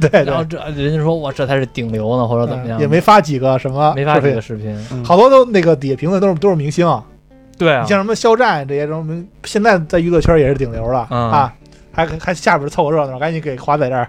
C: 对对，
A: 啊然后这人家说我这才是顶流呢，或者怎么
C: 嗯
A: 样，
C: 也没发几个什么
A: 没发
C: 视
A: 这
C: 频
A: 个视频。
C: 好多都那个底下评论都是都是明星，
A: 对啊
C: 你，像什么肖战这些什么明，现在在娱乐圈也是顶流了、
A: 嗯
C: 啊，还还下边凑个热闹，赶紧给华仔这儿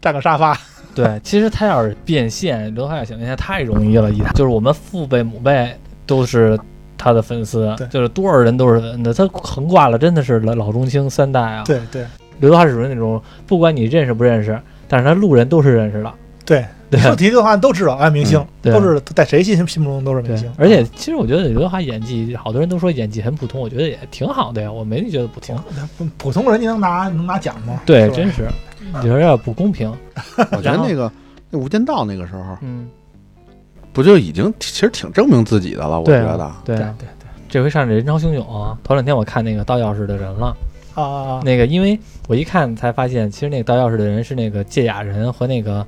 C: 占个沙
A: 啊
C: 发。
A: 对，其实他要是变现，刘德华要想变现太容易了，以他就是我们父辈母辈都是他的粉丝
C: 对，
A: 就是多少人都是粉的，他横挂了真的是老老中青三代啊。，
C: 对对
A: 刘德华是属于那种不管你认识不认识，但是他路人都是认识的。
C: 对，
A: 对
C: 说提的话都知道，哎，明星
B: 嗯
A: 对
C: 都是在谁心心目中都是明
A: 对
C: 星，，啊
A: 而且其实我觉得刘德华演技，好多人都说演技很普通，我觉得也挺好的呀，我没觉得不
C: 挺
A: 挺。
C: 普普通人，你能拿能拿奖吗？
A: 对，
C: 是吧
A: 真是，嗯你说有点不公平。
B: 我觉得
A: 然后
B: 那个那《无间道》那个时候，
A: 嗯，
B: 不就已经其实挺证明自己的了？我
A: 对
B: 觉
A: 啊
B: 得，
A: 对
C: 对
A: 啊，
C: 对对
A: 这回上这人潮汹涌啊，头两天我看那个盗钥匙的人了。
C: 啊啊，啊
A: 那个，因为我一看才发现，其实那个盗钥匙的人是那个芥雅人和那个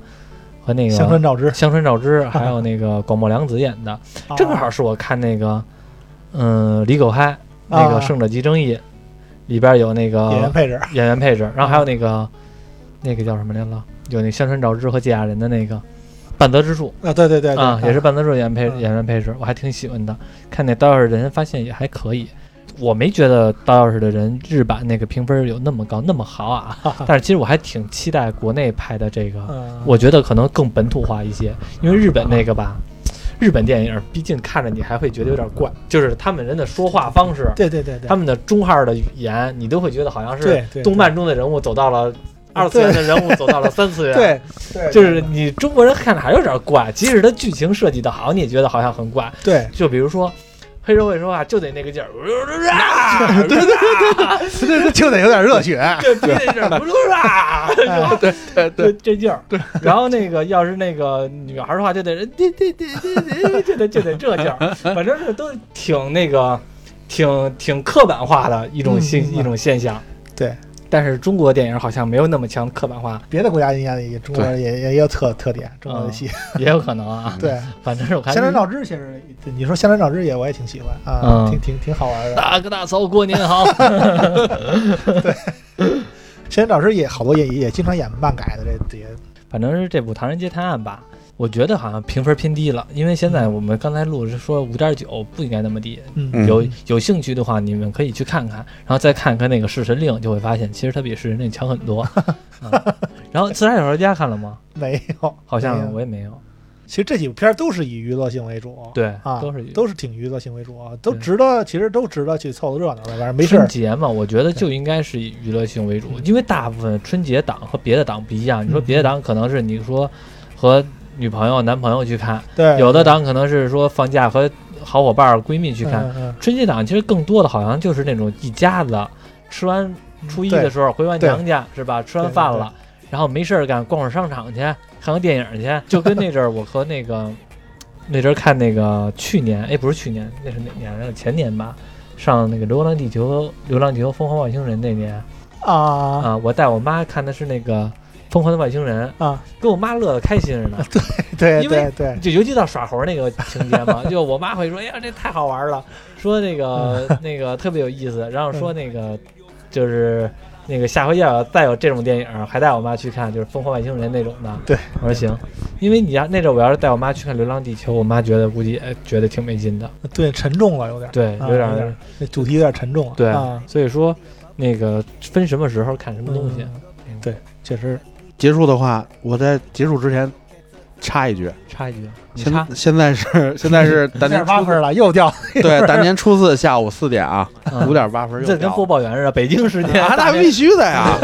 A: 和那个
C: 香川照之
A: 香川照之，还有那个广末凉子演的， 正好是我看那个嗯《李狗嗨》那个《胜者即争议》里边有那
C: 啊演员
A: 个
C: 配置，啊嗯
A: 演员配置，然后还有那个那个叫什么来了，有那香川照之和芥雅人的那个。半泽之树
C: 啊，对对对对
A: 啊，也是半泽之树演配
C: 嗯
A: 演员配置，我还挺喜欢的。看那盗钥匙的人，发现也还可以。我没觉得盗钥匙的人日版那个评分有那么高，那么好啊。但是其实我还挺期待国内拍的这个，
C: 嗯，
A: 我觉得可能更本土化一些，因为日本那个吧，日本电影毕竟看着你还会觉得有点怪，就是他们人的说话方式，
C: 对对对对，
A: 他们的中号的语言，你都会觉得好像是
C: 对对
A: 动漫中的人物走到了二次元的人物走到了三次 元，
C: 对对，
A: 就是你中国人看着还有点怪，即使它剧情设计的好，你也觉得好像很怪。
C: 对
A: 就比如说。黑社会说话就得那个劲儿，对对对
B: 就得有点热血。
A: 对，必须得是不是啊？是吧
B: 对
A: 这，
B: 对
A: 这劲儿。对，然后那个要是那个女孩儿的话，就得对对对对对，就得就得这劲儿，反正是都挺那个，挺挺刻板化的一种
C: 嗯
A: 现、
C: 明白
A: 一种现象。
C: 对，
A: 但是中国电影好像没有那么强的刻板化，
C: 别的国家应该也中国人也也也有特特点，中国的戏，
A: 也有可能啊。
C: 对，
A: 反正是我看
C: 香川照之其实你说香川照之也我也挺喜欢啊，
A: 嗯
C: 挺挺挺好玩 的。
A: 大哥大嫂过年好，
C: 香川照之也好多也也也经常演漫改的这这些，
A: 反正是这部《唐人街探案》吧，我觉得好像评分偏低了，因为现在我们刚才录是说五点九不应该那么低，
C: 嗯
A: 有有兴趣的话，你们可以去看看，然后再看看那个《弑神令》，就会发现其实它比《弑神令》强很 多。嗯、然后《刺杀小说家》看了吗？
C: 没有，
A: 好
C: 没有
A: 像我也没有。
C: 其实这几部片儿都是以娱乐性为主，
A: 对，
C: 啊，
A: 都是有
C: 都是挺娱乐性为主啊，都
A: 对
C: 值得，其实都值得去凑凑热闹的，反正没事
A: 春
C: 儿。
A: 节嘛，我觉得就应该是以娱乐性为主，因为大部分春节档和别的档不一样。你说别的档可能是你说和女朋友、男朋友去看，
C: 对，
A: 有的档可能是说放假和好伙伴儿、闺蜜去
C: 去
A: 看。
C: 嗯嗯
A: 春节档其实更多的好像就是那种一家子吃完初一的时候回完娘家是吧？吃完饭了，然后没事儿干，逛会儿商场去，看个电影去，就跟那阵儿我和那个那阵儿看那个去年哎不是去年那是哪年来着？前年吧。上那个《流浪地球》《流浪地球：疯狂外星人》那年
C: 啊
A: 啊，我带我妈看的是那个《疯狂的外星人》，
C: 啊，
A: 给我妈乐得开心着呢。
C: 对
A: 因为
C: 对 对，
A: 就尤其到耍猴那个情节嘛，就我妈会说：“哎呀，这太好玩了！”说那个 那个特别有意思，然后
C: 嗯
A: 说那个就是那个下回要再有这种电影，还带我妈去看，就是《疯狂外星人》那种的。
C: 对，
A: 我说行，因为你要那阵我要是带我妈去看《流浪地球》，我妈觉得估计也觉得挺没劲的，
C: 对沉重了有点儿，
A: 对，
C: 啊
A: 有点
C: 有
A: 儿
C: 点那主题有点沉重了，
A: 对
C: 啊，，
A: 所以说那个分什么时候看什么东西啊
C: 嗯，对，确实
B: 结束的话，我在结束之前插一句，
A: 插一句，啊你
B: 现
A: 插，
B: 现在是 现 在是大
C: 三
B: 年
C: 点
B: 初
C: 八分了，又掉了，
B: 对大年初四下午四点啊，
A: 嗯
B: 五点八分
A: 这
B: 又
A: 跟
B: 掉
A: 播
B: 了。
A: 报员似的，北京时间
B: 啊，那必须的 呀！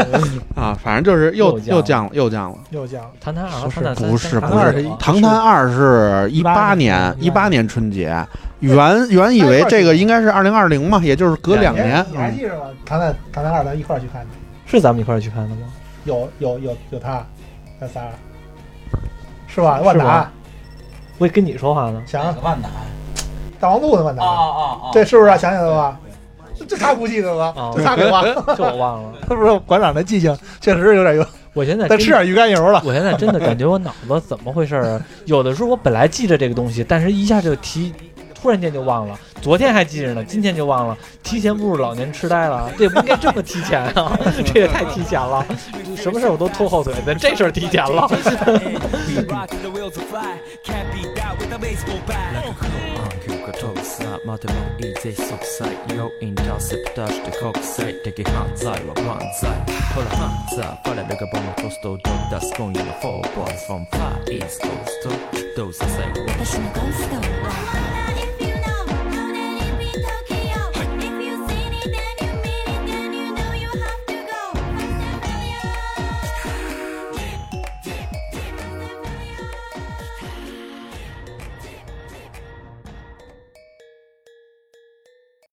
B: 啊，反正就是又
A: 又降了
B: 又降了，又降了。
C: 又降了。
A: 谈谈二，
B: 不是
A: 谈谈三
B: 不是
A: 谈谈
C: 不是
A: 二啊
B: 唐探二是一八年
C: 18年
B: 一八年春节，原原以为这个应该是二零二零嘛，也就是隔两
A: 两
B: 年
C: 哎。你还记着吗？唐探唐探二咱一块儿去看的，
A: 是咱们一块儿去看的吗？
C: 有有有有他，咱仨是吧？
A: 是
C: 万达
A: 吗我也跟你说话 呢。
C: 想
D: 哪
C: 想
D: 个万达？
C: 大王路的万
B: 哦
D: 啊
C: 达，
D: 啊啊！
C: 啊对，是不是啊？想起来了吧？这这他不记得了
A: 啊，
C: 这他 给忘了。
A: 这我忘了。
C: 是哦不是馆长的记性确实有点有，
A: 我现在
C: 再
A: 真
C: 吃点鱼肝油了。
A: 我现在真的感觉我脑子怎么回事儿啊？有的时候我本来记着这个东西，但是一下就提，突然间就忘了。昨天还记着呢，今天就忘了。提前步入老年痴呆了，这也不应该这么提前啊！这也太提前了，什么事儿我都拖后腿的，这事儿提前了。
E: 曲が遠くさまでもいいぜ息災要因ダセプ出して国際的犯罪は万歳ほらハンザー我らがボムトストを出す今夜の Four boys from Far East Coast どうさせ
F: 私のゴースト